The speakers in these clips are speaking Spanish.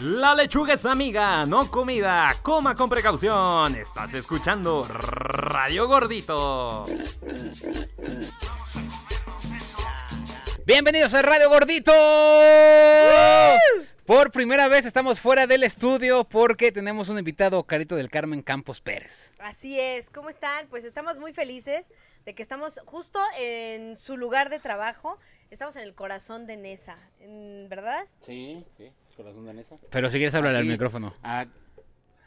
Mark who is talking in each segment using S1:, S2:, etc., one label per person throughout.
S1: La lechuga es amiga, no comida. Coma con precaución. Estás escuchando Radio Gordito.
S2: Bienvenidos a Radio Gordito. Por primera vez estamos fuera del estudio porque tenemos un invitado, Carito del Carmen Campos Pérez.
S3: Así es, ¿cómo están? Pues estamos muy felices de que estamos justo en su lugar de trabajo. Estamos en el corazón de Nesa, en- ¿verdad?
S4: Sí, sí, corazón danesa.
S2: Pero si quieres hablar al
S4: Aquí.
S2: micrófono.
S4: Ah.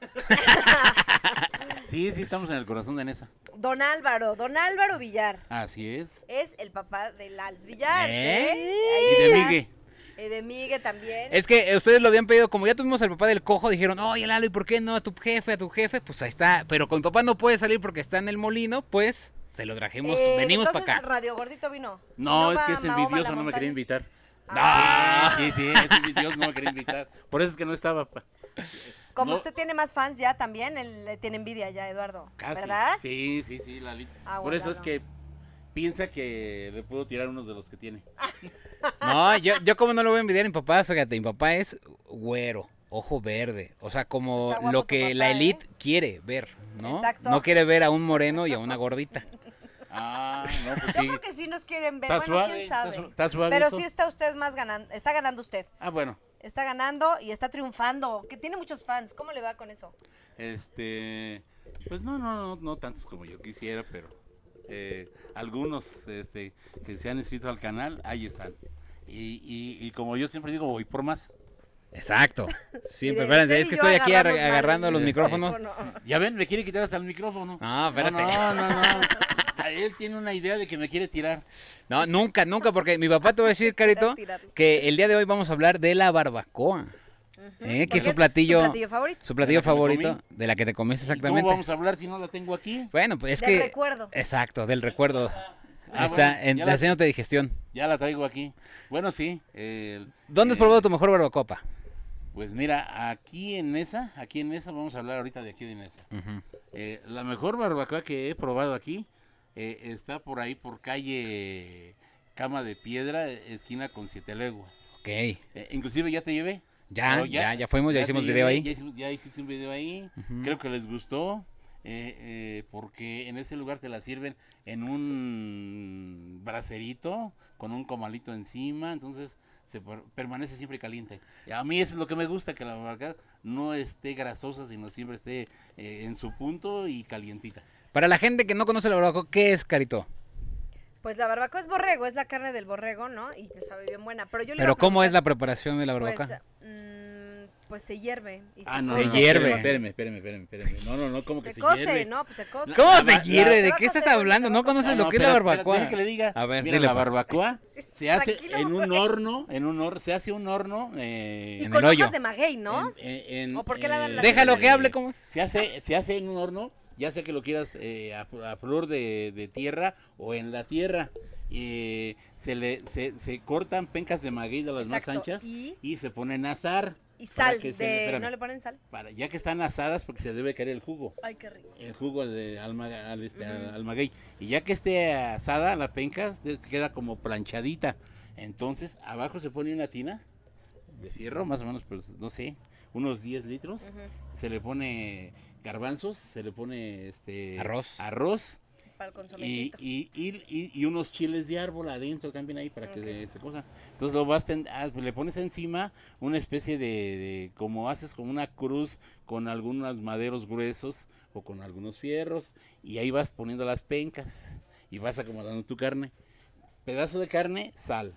S4: sí, sí, estamos en el corazón danesa.
S3: Don Álvaro, don Álvaro Villar.
S4: Así es.
S3: Es el papá de Lals Villar,
S2: ¿Eh?
S4: Y de Migue.
S3: Y de Migue también.
S2: Es que eh, ustedes lo habían pedido, como ya tuvimos al papá del cojo, dijeron, oye Lalo, ¿y por qué no a tu jefe, a tu jefe? Pues ahí está, pero con mi papá no puede salir porque está en el molino, pues se lo trajimos,
S3: Eh,
S2: venimos para
S3: entonces,
S2: acá.
S3: Radio Gordito vino. Si
S4: No, es
S3: va
S4: que es
S3: Mahoma a la
S4: envidioso, no me
S3: montaña.
S4: quería invitar.
S3: Ah.
S4: Sí, sí, es envidioso, no me quería invitar. Por eso es que no estaba. pa-
S3: Como
S4: No.
S3: usted tiene más fans ya también, él le tiene envidia ya, Eduardo.
S4: Casi.
S3: ¿Verdad?
S4: Sí, sí, sí, Lali.
S3: Ah,
S4: Por
S3: bueno,
S4: eso es
S3: no.
S4: que piensa que le puedo tirar unos de los que tiene.
S2: No, yo, yo como no lo voy a envidiar a mi papá, fíjate, mi papá es güero, ojo verde, o sea, como
S3: Está guapo
S2: lo
S3: tu
S2: que
S3: papá,
S2: la
S3: ¿eh?
S2: elite quiere ver, ¿no?
S3: Exacto.
S2: No quiere ver a un moreno y a una gordita.
S4: Ah, no, pues
S3: Yo
S4: sí.
S3: creo que sí nos quieren ver.
S4: Está
S3: bueno,
S4: suave,
S3: quién
S4: está
S3: sabe.
S4: su- está suave
S3: Pero
S4: esto.
S3: sí está usted más ganando, está ganando usted.
S4: Ah, bueno.
S3: Está ganando y está triunfando, que tiene muchos fans. ¿Cómo le va con eso?
S4: Este, pues no, no, no, no tantos como yo quisiera, pero eh, algunos este, que se han inscrito al canal, ahí están. Y, y, y como yo siempre digo, voy por más.
S2: Exacto. Siempre,
S3: Mire,
S2: espérense,
S3: usted
S2: es
S3: y
S2: que
S3: yo
S2: estoy aquí ar-
S3: agarramos mal
S2: agarrando
S3: el
S2: los
S4: Sí.
S2: micrófonos.
S4: Ya ven, me quiere quitar hasta el micrófono.
S2: No, espérate.
S4: No, no, no. A Él tiene una idea de que me quiere tirar.
S2: No, nunca, nunca, porque mi papá te va a decir, Carito,
S3: Tirarlo.
S2: que el día de hoy vamos a hablar de la barbacoa. ¿eh? Que
S3: Porque
S2: es su platillo,
S3: Su platillo favorito.
S2: su platillo
S4: ¿De la que me
S2: favorito,
S4: comí?
S2: de la que te comes
S4: ¿Y
S2: exactamente.
S4: ¿Cómo vamos a hablar si no la tengo aquí?
S2: Bueno, pues es
S3: Del
S2: que...
S3: recuerdo.
S2: Exacto, del recuerdo.
S4: Ah,
S2: Está
S4: bueno,
S2: en,
S4: ya la-
S2: haciéndote digestión.
S4: Ya la traigo aquí. Bueno, sí. el-
S2: ¿Dónde has
S4: eh,
S2: probado tu mejor barbacoa? pa?
S4: Pues mira, aquí en esa, aquí en esa, vamos a hablar ahorita de aquí de Nesa.
S2: Ujú.
S4: Eh, la mejor barbacoa que he probado aquí eh, está por ahí por calle Cama de Piedra, eh, esquina con Siete Leguas.
S2: Ok.
S4: Eh, inclusive ya te llevé.
S2: Ya,
S4: No,
S2: Oh, ya, ya, fuimos, ya,
S4: te
S2: hicimos
S4: llevé,
S2: video ahí.
S4: Ya, hicimos- ya hiciste un video ahí.
S2: Ujú.
S4: Creo que les gustó. eh, eh, porque en ese lugar te la sirven en un bracerito con un comalito encima, entonces se per- permanece siempre caliente. A mí eso es lo que me gusta, que la barbacoa no esté grasosa, sino siempre esté eh, en su punto y calientita.
S2: Para la gente que no conoce la barbacoa, ¿qué es, Carito?
S3: Pues la barbacoa es borrego, es la carne del borrego, ¿no? Y que sabe bien buena. Pero yo le iba
S2: Pero
S3: a
S2: ¿cómo es la
S3: preguntar,
S2: preparación de la barbacoa?
S3: Pues, mm, pues se hierve. y
S4: Ah,
S2: no,
S4: no,
S2: Se
S3: cose.
S2: no, hierve.
S4: Espérame, espérame, espérame, espérame. No, no, no, como que
S3: Se,
S4: se,
S3: cose,
S4: hierve.
S3: ¿no? Pues se cose.
S2: ¿Cómo
S4: La-
S2: se
S4: la-
S2: hierve?
S4: la-
S2: ¿De
S3: Se va
S2: qué
S3: a
S2: estás
S3: cocer,
S2: hablando?
S3: se va
S2: No
S3: a cocer.
S2: conoces
S4: Ah, No,
S2: lo
S4: no,
S2: que es la
S4: espérate, espérate,
S2: barbacoa.
S4: deja que le diga.
S2: A ver,
S4: Mira,
S2: dile,
S4: la
S2: pa.
S4: barbacoa se hace
S3: Tranquilo,
S4: en un
S3: güey.
S4: horno, en un horno, se hace un horno eh,
S3: Y
S2: en
S3: con
S2: el hoyo.
S3: hojas de maguey, ¿no?
S4: en- en- en- eh,
S3: ¿O por qué la dan la-
S2: Déjalo que hable, ¿cómo es?
S4: Se hace, se hace en un horno, ya sea que lo quieras eh, a, a flor de, de tierra o en la tierra. Eh, se, le, se, se cortan pencas de maguey de las más
S3: Exacto,
S4: anchas
S3: y-
S4: se ponen a asar.
S3: Y
S4: para
S3: sal,
S4: que
S3: de...
S4: se- espérame,
S3: ¿no le ponen sal?
S4: para, ya que están asadas porque se debe caer el jugo.
S3: Ay, qué rico.
S4: el jugo de alma, al, este, al-
S3: Ujú.
S4: al maguey. Y ya que esté asada la penca, des- queda como planchadita. Entonces, abajo se pone una tina de fierro, más o menos, pues, no sé, unos 10 litros.
S3: Ujú,
S4: Se le pone garbanzos, se le pone este
S2: Arroz.
S4: arroz
S3: Para el
S4: y,
S3: consomecito.
S4: y, y- y- y unos chiles de árbol adentro también ahí para
S3: Ok.
S4: que se cosa. Entonces lo vas ten- ah, le pones encima una especie de, de- como haces con una cruz con algunos maderos gruesos o con algunos fierros y ahí vas poniendo las pencas y vas acomodando tu carne. Pedazo de carne, sal.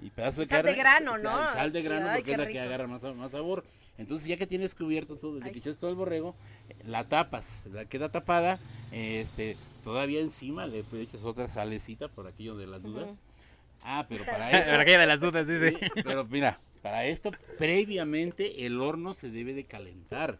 S4: Y pedazo de
S3: Sal de
S4: carne.
S3: grano,
S4: sal-
S3: ¿no?
S4: Sal, de grano
S3: Ay,
S4: porque es
S3: qué
S4: la que
S3: rico.
S4: agarra más, sa- más sabor. Entonces ya que tienes cubierto todo, le
S3: Ay.
S4: quitas todo el borrego, la tapas, la queda tapada, este, todavía encima le echas otra salecita por aquello de las dudas.
S3: Ujú.
S4: Ah, pero para
S2: Para
S4: esto,
S2: aquella de las dudas, sí, sí.
S4: sí, pero mira, para esto previamente el horno se debe de calentar,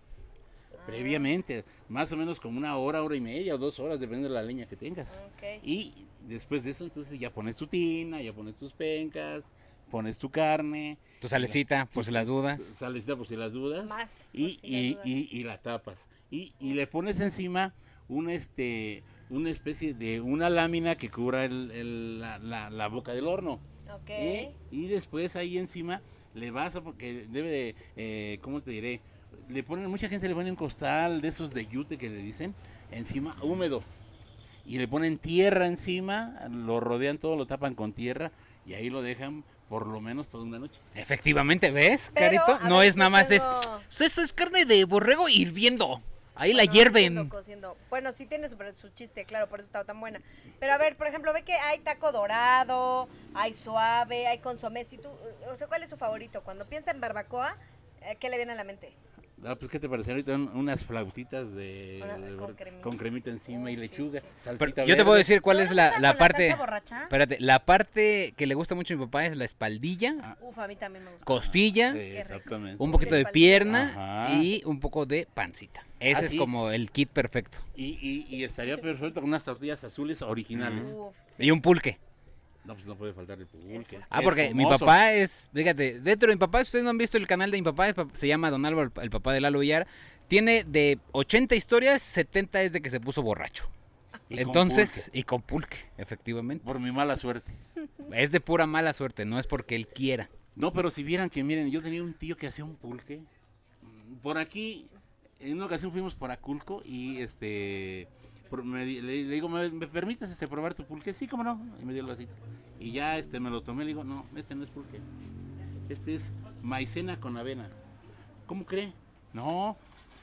S3: Ah,
S4: previamente, más o menos como una hora, hora y media o dos horas, dependiendo de la leña que tengas.
S3: ok.
S4: Y después de eso, entonces ya pones tu tina, ya pones tus pencas, pones tu carne,
S2: Tu salecita, por si las dudas.
S4: salecita por si las dudas.
S3: Más.
S4: y,
S3: por si las
S4: y,
S3: dudas.
S4: y, y la tapas. Y, y le pones encima un este una especie de una lámina que cubra el- el- la, la- la boca del horno.
S3: Ok.
S4: ¿eh? Y después ahí encima le vas a, porque debe de, eh, ¿cómo te diré? Le ponen, mucha gente le pone un costal de esos de yute que le dicen, encima, húmedo. Y le ponen tierra encima, lo rodean todo, lo tapan con tierra y ahí lo dejan por lo menos toda una noche.
S2: Efectivamente, ¿ves,
S3: Pero,
S2: Carito?
S3: a
S2: No
S3: ver,
S2: es nada
S3: yo
S2: más es.
S3: tengo-
S2: pues Eso es carne de borrego hirviendo. Ahí la
S3: Bueno,
S2: hierven.
S3: cociendo, cociendo. Bueno, sí tiene su, su chiste, claro, por eso estaba tan buena. Pero a ver, por ejemplo, ve que hay taco dorado, hay suave, hay consomé. Si tú, o sea, ¿cuál es su favorito? Cuando piensa en barbacoa, eh, ¿qué le viene a la mente?
S4: Ah, pues, ¿qué te parece? Ahorita un- unas flautitas de,
S3: Ahora,
S4: de-
S3: con cremita.
S4: con cremita encima
S3: Uy,
S4: y
S3: sí,
S4: lechuga.
S3: sí.
S4: salsita
S2: Pero yo te
S4: verde.
S2: puedo decir cuál
S3: ¿No
S2: es
S3: le
S2: la,
S3: gusta
S2: la
S3: con
S2: parte.
S3: salsa borracha?
S2: espérate, la parte que le gusta mucho a mi papá es la espaldilla,
S4: Ah,
S3: Uf, a mí también me gusta.
S2: costilla,
S4: Sí,
S3: rico.
S4: exactamente.
S2: ¿eh? un poquito de
S3: espaldilla.
S2: pierna
S4: Ajá.
S2: y un poco de pancita. Ese
S4: Ah,
S2: es
S4: sí.
S2: como el kit perfecto.
S4: Y, y- y estaría perfecto con unas tortillas azules originales.
S3: Uf, sí.
S2: Y un pulque.
S4: No, pues no puede faltar el pulque.
S2: Ah,
S4: Es
S2: porque mi
S4: hermoso.
S2: papá es, fíjate, dentro de mi papá, si ustedes no han visto el canal de mi papá, es pap- se llama Don Álvaro, el pa- el papá de Lalo Villar, tiene de 80 historias, 70 es de que se puso borracho.
S4: Y con
S2: Entonces,
S4: pulque,
S2: y con pulque, efectivamente.
S4: Por mi mala suerte.
S2: Es de pura mala suerte, no es porque él quiera.
S4: No, pero si vieran que, miren, yo tenía un tío que hacía un pulque. Mm, Por aquí, en una ocasión fuimos por Aculco y este. por- me di- le, le digo, ¿me, me permites este, probar tu pulque? Sí, cómo no. Y me dio el vasito. Y ya este, me lo tomé. Le digo, no, este no es pulque. Este es maicena con avena. ¿Cómo cree? No,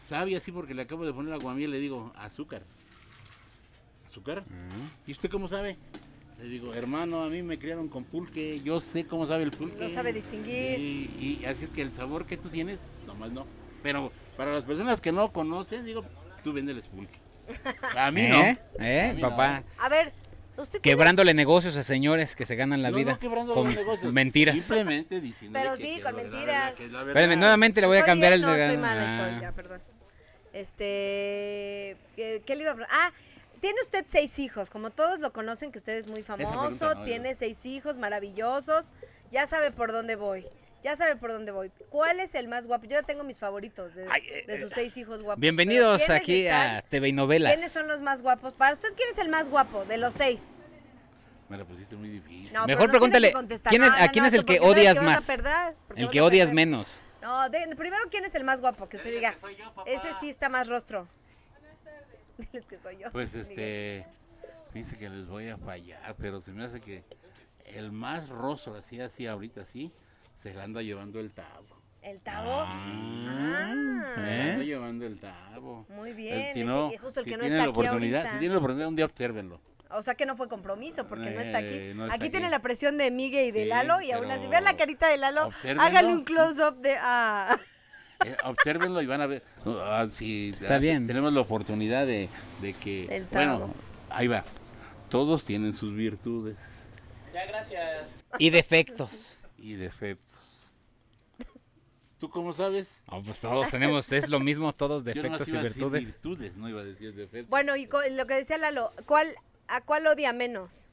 S4: sabe así porque le acabo de poner aguamiel. Le digo, azúcar. ¿Azúcar? ¿Y usted cómo sabe? Le digo, hermano, a mí me criaron con pulque. Yo sé cómo sabe el pulque.
S3: No sabe distinguir.
S4: Y, y así es que el sabor que tú tienes, nomás no. Pero para las personas que no conocen, digo, tú vendeles pulque. A mí
S2: ¿Eh?
S4: no.
S2: ¿Eh?
S4: A mí
S2: Papá,
S4: no.
S3: A ver, usted tiene-
S2: quebrándole negocios a señores que se ganan la
S4: No,
S2: vida.
S4: no quebrando
S2: con
S4: los negocios.
S2: Mentiras.
S4: Simplemente diciendo.
S3: Pero sí, con mentiras.
S2: Espérame, nuevamente le voy a
S3: Estoy
S2: cambiar
S3: bien,
S2: el...
S3: no,
S2: de-
S3: estoy mala, estoy-
S2: Ah.
S3: ya, perdón. Este, ¿qué, qué le iba a preguntar? Ah, tiene usted seis hijos, como todos lo conocen, que usted es muy
S4: pregunta
S3: famoso,
S4: no,
S3: tiene seis hijos maravillosos, ya sabe por dónde voy, ya sabe por dónde voy. ¿Cuál es el más guapo? Yo ya tengo mis favoritos de,
S2: Ay, eh,
S3: de sus seis hijos guapos. pero
S2: Bienvenidos
S3: ¿quiénes
S2: aquí a
S3: están-
S2: TV y Novelas.
S3: ¿Quiénes son los más guapos? Para usted, ¿quién es el más guapo de los seis?
S4: Me la pusiste muy difícil.
S2: Mejor
S3: No, pero nos tiene
S2: pregúntale,
S3: que contestar.
S2: ¿quién es-
S3: No,
S2: a
S3: no,
S2: quién
S3: no,
S2: es el
S3: porque
S2: que
S3: sabes
S2: odias
S3: vas a
S2: más?
S3: perder, porque
S2: El
S3: vas
S2: que
S3: a
S2: odias
S3: perder.
S2: menos.
S3: No, de- primero, ¿quién es el más guapo? Que usted diga, ese sí está más rostro. Diles que soy yo.
S4: Pues
S3: Miguel.
S4: este, dice que les voy a fallar, pero se me hace que el más rostro, así, así, ahorita, así, se la anda llevando el tabo.
S3: El tabo.
S4: Ah, Se la
S2: ¿eh?
S4: anda llevando el tabo.
S3: Muy
S4: El-
S3: bien.
S4: Eh, si
S3: ese-
S4: no,
S3: justo el
S4: si
S3: que no
S4: tienen
S3: está
S4: la
S3: aquí
S4: oportunidad,
S3: ahorita.
S4: si tienen la oportunidad, un día obsérvenlo.
S3: O sea que no fue compromiso porque no está aquí.
S4: Eh, no está
S3: aquí tiene
S4: aquí.
S3: la presión de Miguel y de
S4: Sí,
S3: Lalo y aún así.
S4: pero
S3: Vean la carita de Lalo.
S4: obsérvenlo.
S3: Háganle un close-up de. Ah.
S4: Eh, obsérvenlo y van a ver ah, si,
S2: Está
S4: ah, si
S2: bien.
S4: tenemos la oportunidad de, de que...
S3: El tabo.
S4: bueno, ahí va. Todos tienen sus virtudes
S2: Y defectos.
S4: y defectos. ¿Tú cómo sabes?
S2: No, pues todos tenemos, es lo mismo, todos
S4: Yo nomás
S2: defectos y
S4: iba a decir
S2: virtudes.
S4: virtudes, no iba a decir defectos.
S3: Bueno, y co- lo que decía Lalo, ¿cuál, ¿a cuál odia menos?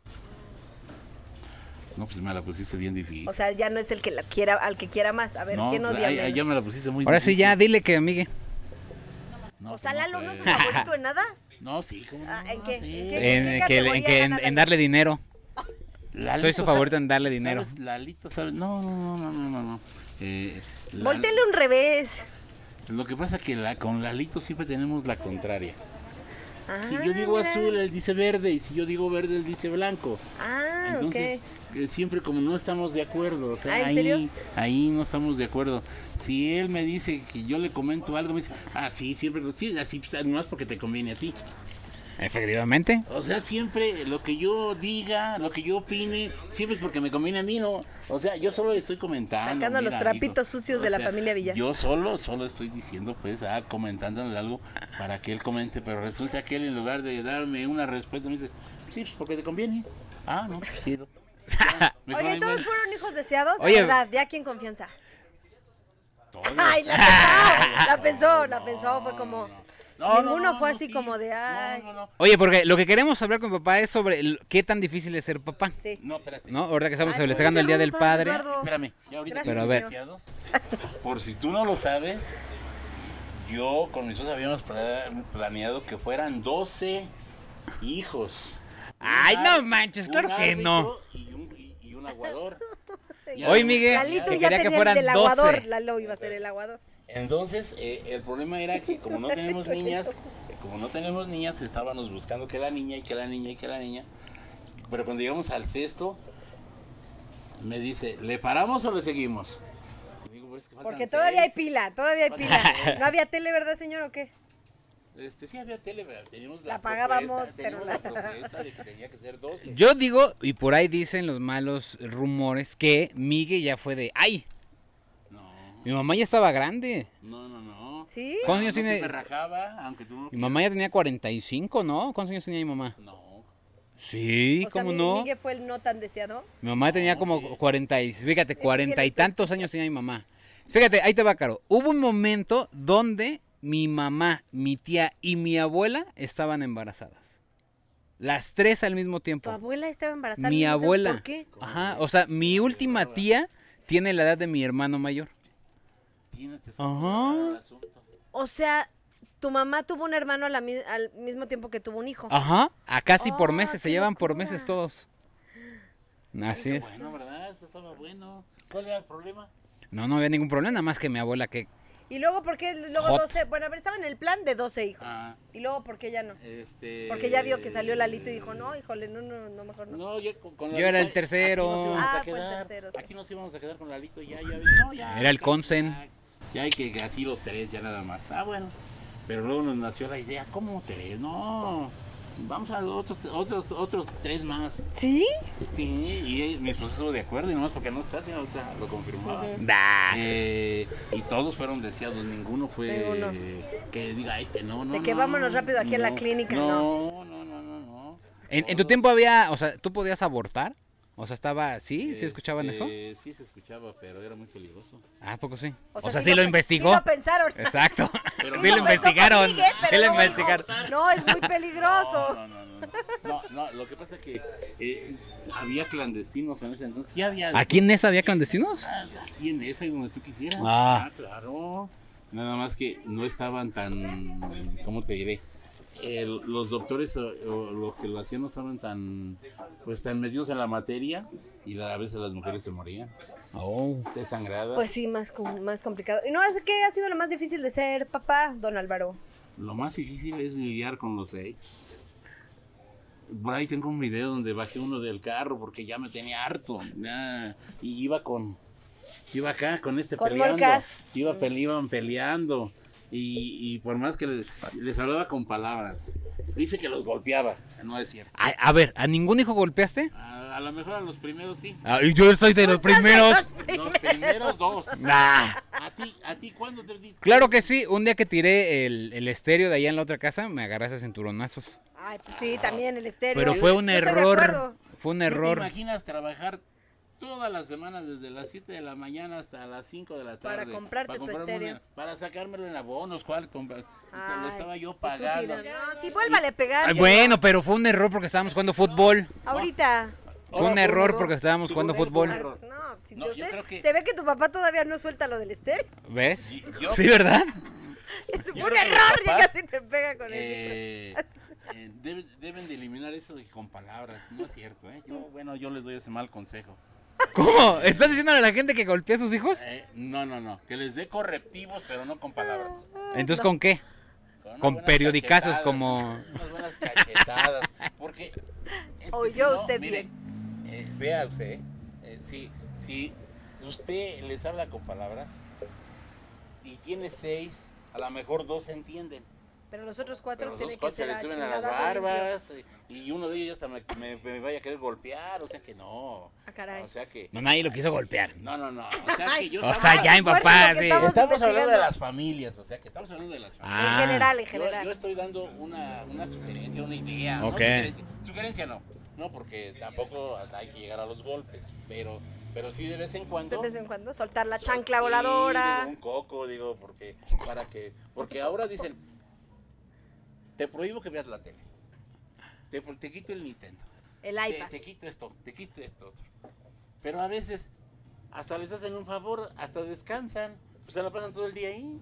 S4: No, pues me la pusiste bien difícil.
S3: O sea, ya no es el que la quiera, al que quiera más. A ver,
S4: no,
S3: ¿quién
S4: pues,
S3: odia
S4: ahí- ahí
S3: menos?
S4: ya me la pusiste muy
S2: Ahora sí, ya,
S4: difícil.
S2: dile que amigue.
S4: No,
S3: o sea,
S4: pues,
S3: Lalo no es su
S4: pues.
S3: favorito en nada.
S4: No, sí, ¿cómo no?
S3: Ah, ¿en qué?
S4: Sí.
S3: ¿En qué?
S2: En, que, en,
S3: categoría
S2: que- en-
S3: gana
S2: en
S3: Lalo?
S2: darle dinero.
S4: Lalito,
S2: Soy su
S4: ¿sabes?
S2: favorito en darle dinero.
S4: ¿Sabes? Lalito, ¿sabes? No, no, no, no, no, no, no. Eh, la-
S3: Voltele un revés.
S4: Lo que pasa que la, con Lalito siempre tenemos la contraria. Si
S3: Ah,
S4: yo digo
S3: mira.
S4: azul, él dice verde, y si yo digo verde, él dice blanco.
S3: Ah,
S4: Entonces,
S3: ok.
S4: eh, siempre como no estamos de acuerdo, o sea,
S3: Ah, ¿en
S4: ahí,
S3: serio?
S4: ahí no estamos de acuerdo. Si él me dice que yo le comento algo, me dice, ah, sí, siempre, lo- sí, así, pues, nomás porque te conviene a ti.
S2: Efectivamente.
S4: O sea, siempre lo que yo diga, lo que yo opine, siempre es porque me conviene a mí, ¿no? O sea, yo solo estoy comentando.
S3: Sacando los trapitos sucios de la familia Villar.
S4: Yo solo, solo estoy diciendo, pues, ah, comentándole algo para que él comente, pero resulta que él en lugar de darme una respuesta me dice, sí, pues porque te conviene. Ah, no, pues, chido. Ya, mejor
S3: Oye,
S4: ahí
S3: ¿todos
S4: muere.
S3: fueron hijos deseados?
S2: Oye.
S3: de verdad, ya aquí en confianza.
S4: Todos.
S3: Ay, la pensó, la pensó, la
S4: No,
S3: pensó, fue
S4: no,
S3: como...
S4: no.
S3: ninguno fue así como de,
S4: No,
S3: ay.
S4: No, no,
S2: Oye, porque lo que queremos hablar con mi papá es sobre el- qué tan difícil es ser papá.
S3: Sí.
S4: no, espérate.
S2: ¿No? Ahorita que estamos
S3: Ay, pues, ¿por qué
S2: festejando el Día
S3: te
S2: del
S3: preocupas,
S2: Padre.
S3: Eduardo?
S4: Espérame, ya ahorita
S3: Gracias,
S2: Pero a ver.
S4: licenciados, Por si tú no lo sabes, yo con mis dos habíamos pla- planeado que fueran 12 hijos.
S2: Ay,
S4: Un
S2: no
S4: ar-
S2: manches,
S4: un
S2: claro que no.
S4: árbitro Y un, y- y un aguador. Ya.
S2: Hoy, Miguel,
S3: Lalito
S4: que
S2: quería
S3: ya
S2: que
S3: tenía el
S2: fueran
S3: del aguador.
S2: 12.
S3: Lalo iba a ser el aguador.
S4: Entonces, eh, el problema era que como no tenemos niñas, eh, como no tenemos niñas, estábamos buscando que la niña y que la niña y que la niña. Pero cuando llegamos al sexto, me dice, ¿le paramos o le seguimos? Y digo, "Pues es que faltan
S3: Porque todavía hay
S4: seis".
S3: pila, todavía hay pila. ¿No había tele, verdad, señor, o qué?
S4: Este, sí había tele, pero teníamos
S3: La pagábamos,
S4: propuesta,
S3: pero
S4: teníamos
S3: la-
S4: la... propuesta de que tenía que ser 12.
S2: Yo digo, y por ahí dicen los malos rumores, que Miguel ya fue de, ay,
S4: No,
S2: mi mamá ya estaba grande.
S4: no, no, no.
S3: ¿Sí?
S2: ¿Cuántos años
S4: No se
S2: tiene?
S4: me rajaba, aunque tú no
S2: Mi mamá ya tenía 45, ¿no? ¿Cuántos años tenía mi mamá?
S4: No,
S2: Sí,
S3: o sea,
S2: ¿cómo
S3: mi-
S2: no?
S3: Miguel fue el no tan deseado.
S2: Mi mamá tenía
S4: No, sí.
S2: como 40 y, fíjate,
S3: que
S2: 40 y
S3: te
S2: tantos
S3: escucha.
S2: años tenía mi mamá. Fíjate, ahí te va, Caro. Hubo un momento donde mi mamá, mi tía y mi abuela estaban embarazadas. Las tres al mismo
S3: Tu
S2: tiempo.
S3: abuela estaba embarazada.
S2: Mi
S3: Lalito,
S2: abuela.
S3: ¿Por qué?
S4: ¿cómo
S2: Ajá,
S4: no?
S2: o sea, mi
S4: Qué
S2: última
S4: bárbaro.
S2: tía tiene la edad de mi hermano mayor.
S4: Imagínate, está
S2: Ajá.
S4: raro el asunto.
S3: O sea, tu mamá tuvo un hermano a la mi- al mismo tiempo que tuvo un hijo.
S2: Ajá, a casi por
S3: Oh,
S2: meses, se
S3: qué
S2: llevan por
S3: locura.
S2: meses todos. Así
S4: Está
S2: es.
S4: Bueno, ¿verdad? Esto estaba bueno. ¿Cuál era el problema?
S2: No, no había ningún problema, nada más que mi abuela que...
S3: Y luego, ¿por qué luego
S2: Hot.
S3: 12? Bueno, a ver, estaba en el plan de 12 hijos.
S4: Ah,
S3: Y luego, ¿por qué ya no?
S4: este...
S3: Porque ya vio que salió Lalito y dijo, no, híjole, no, no, no, mejor no.
S4: No, ya con, con
S2: Yo
S4: Lalito
S2: era el
S4: aquí nos
S2: tercero.
S4: íbamos a
S3: Ah, fue el
S4: quedar-
S3: tercero, sí.
S4: Aquí nos íbamos a quedar con Lalito ya, ya. No, ya
S2: Era el
S4: ya,
S2: consen.
S4: ya. Ya hay que así los tres, ya nada más. Ah, bueno. Pero luego nos nació la idea, ¿cómo tres? No. Vamos a otros, otros, otros tres más.
S3: ¿Sí?
S4: Sí, y eh, mi esposo estuvo de acuerdo y nomás porque no está, sino ahorita lo confirmaba.
S3: Ujú.
S2: Da.
S4: Eh, y todos fueron deseados, ninguno fue
S3: Ninguno.
S4: que diga este no, no.
S3: De que
S4: no,
S3: vámonos rápido aquí a la clínica,
S4: no. No, no, no, no.
S2: En, en tu tiempo había, o sea, ¿tú podías abortar? O sea, estaba... ¿Sí?
S4: Este,
S2: ¿Sí escuchaban eso?
S4: eso? Sí, se escuchaba, pero era muy peligroso.
S2: Ah, ¿a poco sí? O sea, sí lo
S3: pe-
S2: investigó.
S3: Sí lo pensaron.
S2: Exacto.
S4: Pero
S2: Sí lo
S4: pensó
S2: investigaron.
S3: conmigo, ¿eh? Pero
S2: Sí lo
S3: luego dijo,
S2: investigaron.
S3: No, es muy peligroso.
S4: No, no, no, no. No, no, lo que pasa es que eh, había clandestinos en ese entonces. Sí había.
S2: ¿Aquí en esa había clandestinos?
S4: Ah, Aquí en esa y donde tú quisieras.
S2: Ah.
S4: claro. Nada más que no estaban tan, ¿cómo te diré? Eh, los doctores o, o los que lo hacían no estaban tan, pues tan metidos en la materia y a veces las mujeres se morían,
S2: Oh.
S4: desangradas.
S3: Pues sí, más, com- más complicado. Y no, es que ha sido lo más difícil de ser papá, don Álvaro.
S4: Lo más difícil es lidiar con los seis. Por ahí tengo un video donde bajé uno del carro porque ya me tenía harto. ya, y iba con. Iba acá con este
S3: Con
S4: peleando.
S3: Molcas.
S4: Iba pele- iban peleando. Y, y por más que les, les hablaba con palabras. Dice que los golpeaba. No es cierto.
S2: A, a ver, ¿a ningún hijo golpeaste?
S4: A, a lo mejor a los primeros sí.
S2: Ah, y yo soy de los
S3: pues,
S2: primeros.
S4: Los primeros dos.
S2: Nah.
S4: ¿A ti, a ti cuándo te di?
S2: Claro que sí, un día que tiré el, el estéreo de allá en la otra casa, me agarraste a cinturonazos.
S3: Ay, pues sí, también el estéreo.
S2: Pero fue un
S3: Yo estoy de
S2: error.
S3: acuerdo.
S2: Fue un
S4: ¿No ¿Te
S2: error.
S4: imaginas trabajar todas las semanas desde las 7 de la mañana hasta las 5 de la
S3: Para
S4: tarde?
S3: comprarte tu
S4: comprarme
S3: estéreo.
S4: una- para sacármelo en abonos, ¿cuál? comprar? Te lo
S3: Ay,
S4: estaba yo
S3: tú
S4: pagando.
S3: tiras. No, sí, vuélvale a pegar.
S2: Ay,
S3: señor.
S2: bueno, pero fue un error porque estábamos jugando fútbol.
S3: Ahorita.
S2: Fue un error porque estábamos jugando
S4: Fue un
S2: fútbol.
S3: Ah,
S4: error.
S3: pues No, si
S4: No,
S3: te-
S4: yo
S3: usted-
S4: creo que-
S3: se ve que tu papá todavía no suelta lo del estéreo.
S2: ¿Ves?
S4: Y- yo-
S2: Sí, ¿verdad?
S3: Es un
S4: creo que los
S3: error, ya
S4: papás,
S3: casi te pega con el micro.
S4: Eh, eh, debe- deben de eliminar eso de con palabras, no es cierto, ¿eh? Yo, bueno, yo les doy ese mal consejo.
S2: ¿Cómo? ¿Estás diciéndole a la gente que golpea a sus hijos?
S4: Eh, no, no, no, que les dé correctivos, pero no con palabras.
S2: Entonces,
S3: Ah, No.
S2: ¿con qué?
S4: unas
S2: Con
S4: buenas
S2: periodicazos
S4: cachetadas,
S2: como-
S4: Unas buenas cachetadas. Porque. es que
S3: Oyó
S4: si no,
S3: usted
S4: mire, eh, vea usted. eh, si, si usted les habla con palabras y tiene seis, a lo mejor dos se entienden.
S3: Pero los otros
S4: Pero
S3: cuatro
S4: los dos
S3: tienen que
S4: cuatro se
S3: ser
S4: le
S3: a
S4: suben a las
S3: chingadazo limpio.
S4: barbas eh, y uno de ellos hasta me, me- me vaya a querer golpear. O sea que no.
S3: Ah, caray.
S4: O sea que.
S2: No, nadie lo quiso golpear.
S4: No, no, no. O sea que yo.
S2: O sea,
S4: estaba-
S2: ya mi
S3: fuerte
S2: papá,
S3: lo que
S2: sí.
S3: estamos
S4: Estamos hablando de
S3: investigando.
S4: las familias, o sea que estamos hablando de las familias.
S3: En
S2: Ah.
S3: general, en
S4: Yo,
S3: general.
S4: yo estoy dando una, una sugerencia, una idea. no
S2: Ok.
S4: sugerencia, sugerencia no, no, porque tampoco hay que llegar a los golpes, pero, pero sí de vez en
S3: De
S4: cuando. pues,
S3: vez en cuando, soltar la chancla
S4: Sí,
S3: voladora.
S4: digo, un coco, digo, porque, para que, porque ahora dicen, te prohíbo que veas la tele, te, pro- te quito el Nintendo,
S3: El
S4: te,
S3: iPad.
S4: te quito esto, te quito esto. otro. Pero a veces hasta les hacen un favor, hasta descansan, pues se la pasan todo el día ahí.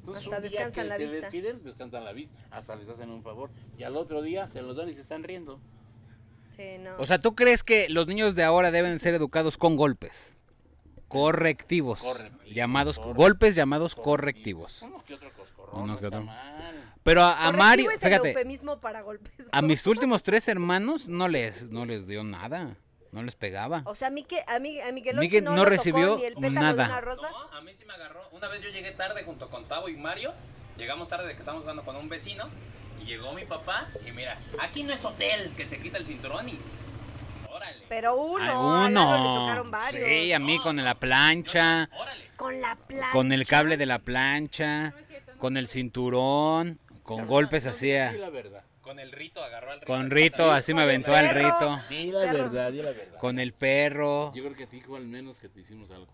S4: Entonces
S3: Hasta
S4: un día
S3: descansan
S4: que
S3: la
S4: se
S3: vista.
S4: les quieren, descansan la vista, hasta les hacen un favor. Y al otro día se los dan y se están riendo.
S3: Sí, no.
S2: O sea, ¿tú crees que los niños de ahora deben ser educados con golpes? correctivos.
S4: Correctivos,
S2: llamados,
S4: corre-
S2: golpes llamados correctivos.
S4: Uno que otro coscorrón.
S2: Uno
S4: no
S2: que
S4: está
S2: otro.
S4: mal.
S2: Pero a, a
S3: Correctivo
S2: Mario,
S3: es el
S2: fíjate,
S3: eufemismo para golpes.
S2: a
S3: ¿no?
S2: mis últimos tres hermanos no les, no les dio nada. No les pegaba.
S3: O sea, a, Mique, a, Mi- a Miguelotti
S2: Miguel
S3: no,
S2: no
S3: le tocó
S2: recibió
S3: ni el pétalo
S2: nada.
S3: de una rosa.
S5: No, a mí sí me agarró. Una vez yo llegué tarde junto con Tavo y Mario. Llegamos tarde de que estábamos jugando con un vecino. Y llegó mi papá. Y mira, aquí no es hotel que se quita el cinturón y. Órale.
S3: Pero uno,
S2: A
S3: a Lalo le tocaron
S2: uno.
S3: varios.
S2: Sí, a mí con la plancha,
S5: Órale.
S3: Con la plancha.
S2: con el cable de la plancha, con el cinturón, con golpes
S4: No,
S2: así, ah.
S4: di-
S2: a-
S4: Di la verdad.
S5: Con el rito agarró al rito.
S2: con Rito, así me aventó al
S3: Ah,
S2: Rito,
S4: Di la
S3: Perro.
S4: verdad, di la verdad.
S2: con el perro.
S4: Yo creo que a ti, hijo, al menos que te hicimos algo.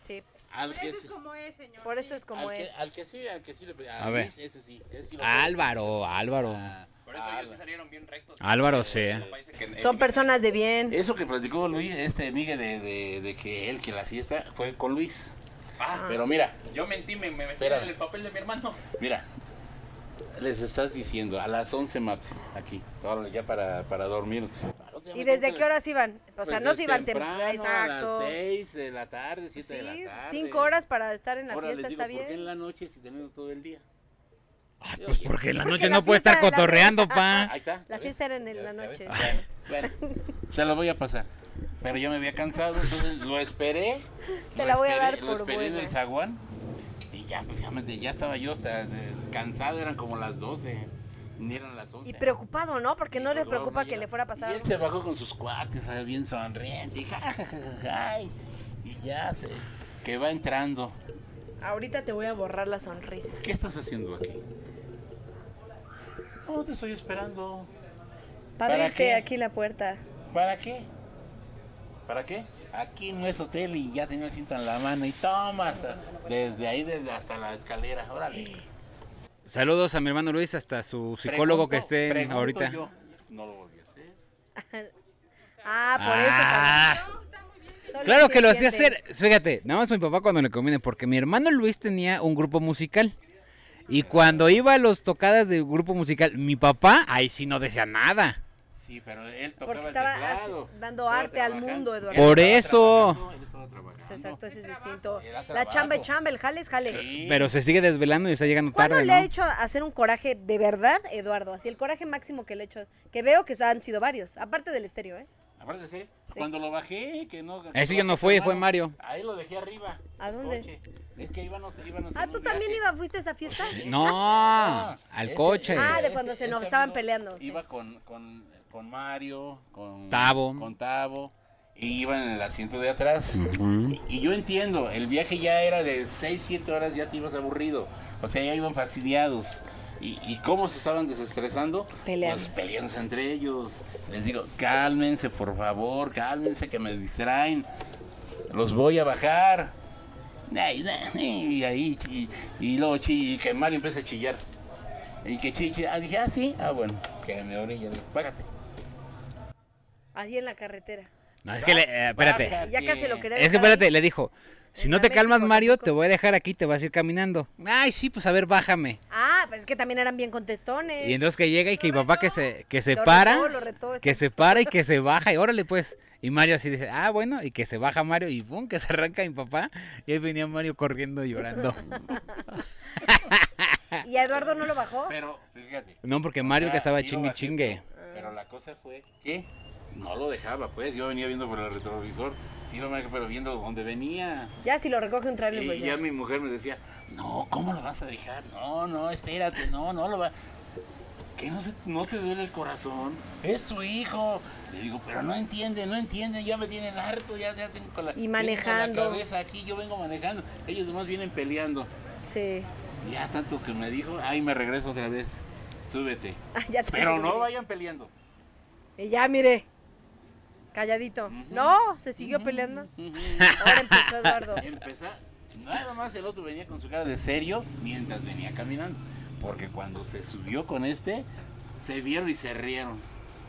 S3: Sí,
S4: Al
S6: Por
S4: que
S6: eso
S4: sí-
S6: es como es, señor.
S3: por eso es como
S4: al que-
S3: es.
S4: al que sí, al que sí le pe-
S2: A ver.
S4: Luis, ese sí, ese sí lo pegó.
S2: Álvaro, Álvaro.
S4: Ah,
S5: Por eso ellos sí
S4: Álvaro.
S5: salieron bien rectos.
S2: Álvaro, sí. eh.
S5: El papá dice que-
S3: Son personas de bien.
S4: Eso que platicó Luis, este Miguel, de, de- de que él, que la fiesta fue con Luis.
S5: Ah,
S4: Pero mira,
S5: Yo mentí, me, me metí
S4: Espérame.
S5: en el papel de mi hermano.
S4: mira. Les estás diciendo a las 11 máximo, aquí. Órale, ya para, para dormir. Ah,
S3: ¿Y desde qué horas iban? O sea, no se iban temprano.
S4: Pues temprano.
S3: Exacto. Pues
S4: A las 6 de la tarde, 7
S3: Sí,
S4: de la tarde.
S3: cinco horas para estar en la
S4: Ahora
S3: fiesta
S4: les digo,
S3: está
S4: ¿por qué en
S3: bien.
S4: la noche si tenemos todo el día?
S2: Ay, pues porque en la
S3: Porque
S2: noche
S3: la
S2: no puede estar
S3: fiesta de la-
S2: cotorreando, pa.
S4: Ahí está.
S3: La
S4: ¿ya ves?
S3: fiesta era en el-
S4: Ya-
S3: la
S4: ya
S3: noche.
S4: ves. Ah, Bueno, se lo voy a pasar. Pero yo me había cansado, entonces lo esperé.
S3: Te
S4: lo
S3: la voy a
S4: esperé,
S3: dar
S4: Lo
S3: por
S4: esperé en
S3: buena.
S4: el zaguán. Y ya, pues ya, me- ya estaba yo hasta eh, cansado, eran como las 12. Ni eran las 11.
S3: Y preocupado, ¿no? Porque no les
S4: Luego
S3: preocupa
S4: me
S3: que
S4: llega-
S3: le fuera a pasar
S4: Y él
S3: algo.
S4: se bajó con sus cuates, ah, bien sonriente. Y, ja, ja, ja, ja, ja, y- y ya se. Que va entrando.
S3: Ahorita te voy a borrar la sonrisa.
S4: ¿Qué estás haciendo aquí? No, te estoy esperando.
S3: Para
S4: ¿Para
S3: abrirte
S4: qué?
S3: aquí la puerta.
S4: ¿Para qué? ¿Para qué? Aquí no es hotel y ya tenía el cinto en la mano y toma hasta desde ahí desde hasta la escalera. Órale.
S2: Saludos a mi hermano Luis, hasta su psicólogo que
S4: Pregunto-
S2: esté
S4: pregunto
S2: ahorita.
S4: yo. No lo volví a hacer.
S3: Ah, por
S2: Ah.
S3: eso.
S6: No, está muy bien.
S3: también. Solo
S2: Claro que lo hacía
S3: siente.
S2: hacer. Fíjate, nada más mi papá cuando le conviene, porque mi hermano Luis tenía un grupo musical. Y cuando iba a los tocadas del grupo musical, mi papá ahí sí no decía nada.
S4: Sí, pero él tocaba
S3: Porque
S4: el
S3: estaba
S4: teclado.
S3: as- dando
S4: Estaba
S3: arte al
S4: trabajando.
S3: mundo,
S4: Él
S3: Eduardo.
S2: Por
S4: estaba
S2: eso.
S4: trabajando, él estaba trabajando.
S3: Exacto, ese es distinto.
S4: Era
S3: La
S4: trabajo.
S3: chamba es chamba, el jale es jale.
S4: Sí.
S2: Pero se sigue desvelando y está llegando
S3: ¿Cuándo
S2: tarde,
S3: le ha
S2: ¿no?
S3: hecho hacer un coraje de verdad, Eduardo? Así el coraje máximo que le he hecho, que veo que han sido varios, aparte del estéreo, ¿eh?
S4: Aparte, sí,
S3: Sí.
S4: Cuando lo bajé, que no. que
S2: Ese
S4: no
S2: yo no
S4: bajé
S2: fui,
S4: la
S2: fue
S4: mano,
S2: Mario.
S4: Ahí lo dejé arriba.
S3: ¿A
S4: del
S3: dónde?
S4: coche. Es que íbamos, íbamos.
S3: Ah,
S4: en
S3: ¿tú
S4: un
S3: también
S4: viaje.
S3: ibas, fuiste a esa fiesta?
S2: No, al
S4: Ese-
S2: coche.
S3: Ah, de cuando se
S4: ese
S3: nos estaban
S4: amigo
S3: peleando, sí.
S4: Iba con, con, con Mario, con
S2: Tavo.
S4: Con Tavo. Y iban en el asiento de atrás.
S2: Ujú.
S4: Y yo entiendo, el viaje ya era de 6, 7 horas, ya te ibas aburrido. O sea, ya iban fastidiados. ¿Y, y cómo se estaban desestresando?
S3: Peleándose.
S4: Pues peleándose entre ellos. Les digo, cálmense, por favor, cálmense, que me distraen. Los voy a bajar. Ay, ay, Y ahí, y, y luego, chi- y que Mario empieza a chillar. Y que chiche, ah, dije, ah, sí, ah, bueno, que me orilla, bájate.
S3: Así en la carretera.
S2: No, es que le- eh, espérate.
S4: Bájate.
S3: Ya casi lo quería
S2: Es que
S3: dejar ahí.
S2: espérate, le dijo, si no te
S3: Venga, vente
S2: calmas
S3: poco a
S2: Mario,
S3: poco.
S2: te voy a dejar aquí, te vas a ir caminando. Ay, sí, pues a ver, bájame.
S3: Ah, pues es que también eran bien contestones.
S2: Y entonces que llega y que mi papá que se, que se
S3: Lo
S2: para.
S3: retó, lo retó,
S2: que
S3: exacto.
S2: se para y que se baja y órale pues. Y Mario así dice, ah, bueno, y que se baja Mario y pum, que se arranca mi papá. Y ahí venía Mario corriendo llorando.
S3: Y a Eduardo no lo bajó.
S4: Pero, fíjate.
S2: No, porque Mario que
S4: Ah,
S2: estaba
S4: sí lo
S2: chingue
S4: bajé,
S2: chingue.
S4: pero-
S3: ah.
S4: Pero la cosa fue que no lo dejaba, pues. Yo venía viendo por el retrovisor, sí lo manejé, pero viendo dónde venía.
S3: Ya si lo recoge un trailer,
S4: Y
S3: pues ya.
S4: ya mi mujer me decía, no, ¿cómo lo vas a dejar? No, no, espérate, no, no lo va. Que no, se- no te duele el corazón, es tu hijo. Le digo, pero no entiende, no entiende, ya me tienen harto, ya, ya tengo con la,
S3: Y
S4: vengo con
S3: manejando.
S4: la cabeza aquí, yo vengo manejando. Ellos nomás vienen peleando.
S3: Sí.
S4: Ya tanto que me dijo, ay, me regreso otra vez, súbete.
S3: Ah, ya te
S4: Pero no
S3: digo.
S4: vayan peleando.
S3: Y ya, mire. Calladito.
S4: Ujú.
S3: No, se siguió peleando. Ahora empezó Eduardo.
S4: Empezar, nada más el otro venía con su cara de serio mientras venía caminando. Porque cuando se subió con este, se vieron y se rieron.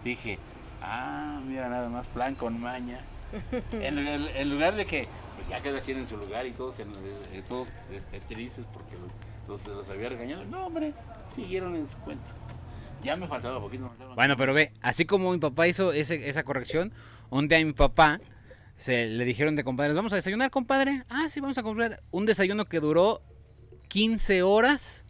S4: Dije, ah, mira nada más, plan con maña. En, en- en lugar de que, pues ya cada quien en su lugar y todos, en- eh, todos este, tristes porque los, los había regañado. No, hombre, siguieron en su cuenta. Ya me faltaba poquito. me faltaba-
S2: Bueno, pero ve, así como mi papá hizo ese- esa corrección, un día mi papá se le dijeron de compadres, vamos a desayunar, compadre. Ah, sí, vamos a comprar un desayuno que duró 15 horas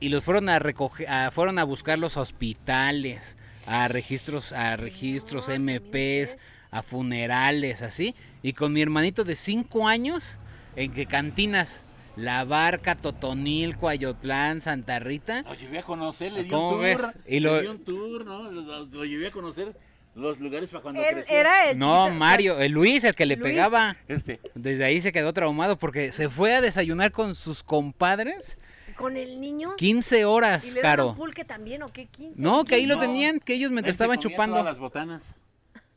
S2: y los fueron a recoger, fueron a buscar los hospitales, a registros, a registros
S3: Señor, también
S2: MPs,
S3: usted.
S2: a funerales, así. Y con mi hermanito de 5 años, en que cantinas, La Barca, Totonilco, Ayotlán, Santa Rita.
S4: Lo llevé a conocer, le di
S2: ¿Cómo
S4: un tour.
S2: ves? Y lo-
S4: Le di un tour, ¿no? Lo, lo- lo llevé a conocer los lugares para cuando
S3: Él
S4: crecía.
S3: era el
S2: No,
S3: chiste-
S2: Mario, el Luis, el que le
S3: Luis.
S2: pegaba.
S4: Este,
S2: Desde ahí se quedó traumado porque se fue a desayunar con sus compadres
S3: Con el niño.
S2: 15 horas,
S3: ¿Y le daban
S2: Caro.
S3: pulque también o qué? 15.
S2: No, que ahí lo
S4: No.
S2: tenían, que ellos mientras
S4: él se
S2: estaban
S4: comía
S2: chupando.
S4: todas las botanas.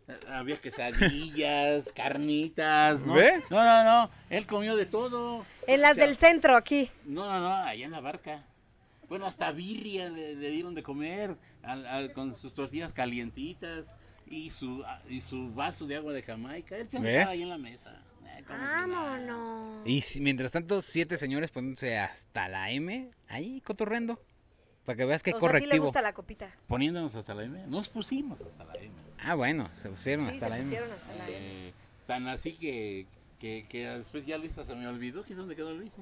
S4: Eh, Había quesadillas, carnitas, ¿no?
S2: ¿Ve?
S4: No, no, no. Él comió de todo.
S3: En las
S4: O sea,
S3: del centro, aquí.
S4: No, no, no, allá en la barca. Bueno, hasta birria le, le dieron de comer al- al- con sus tortillas calientitas y su, y su vaso de agua de Jamaica. Él se
S2: ¿Ves?
S4: andaba ahí en la mesa. Eh, como si nada.
S3: Vámonos.
S2: Y si- mientras tanto, siete señores poniéndose hasta la M, ahí cotorrendo. Para que veas que
S3: o sea, sí le
S2: correctivo.
S3: gusta la copita.
S4: Poniéndonos hasta la M. Nos pusimos hasta la M.
S2: Ah, bueno, se pusieron
S3: Sí,
S2: hasta
S3: se
S2: la
S3: pusieron hasta la M.
S4: Eh, tan así que, que, que después ya Luisa se me olvidó. ¿Qué es donde quedó Luisa?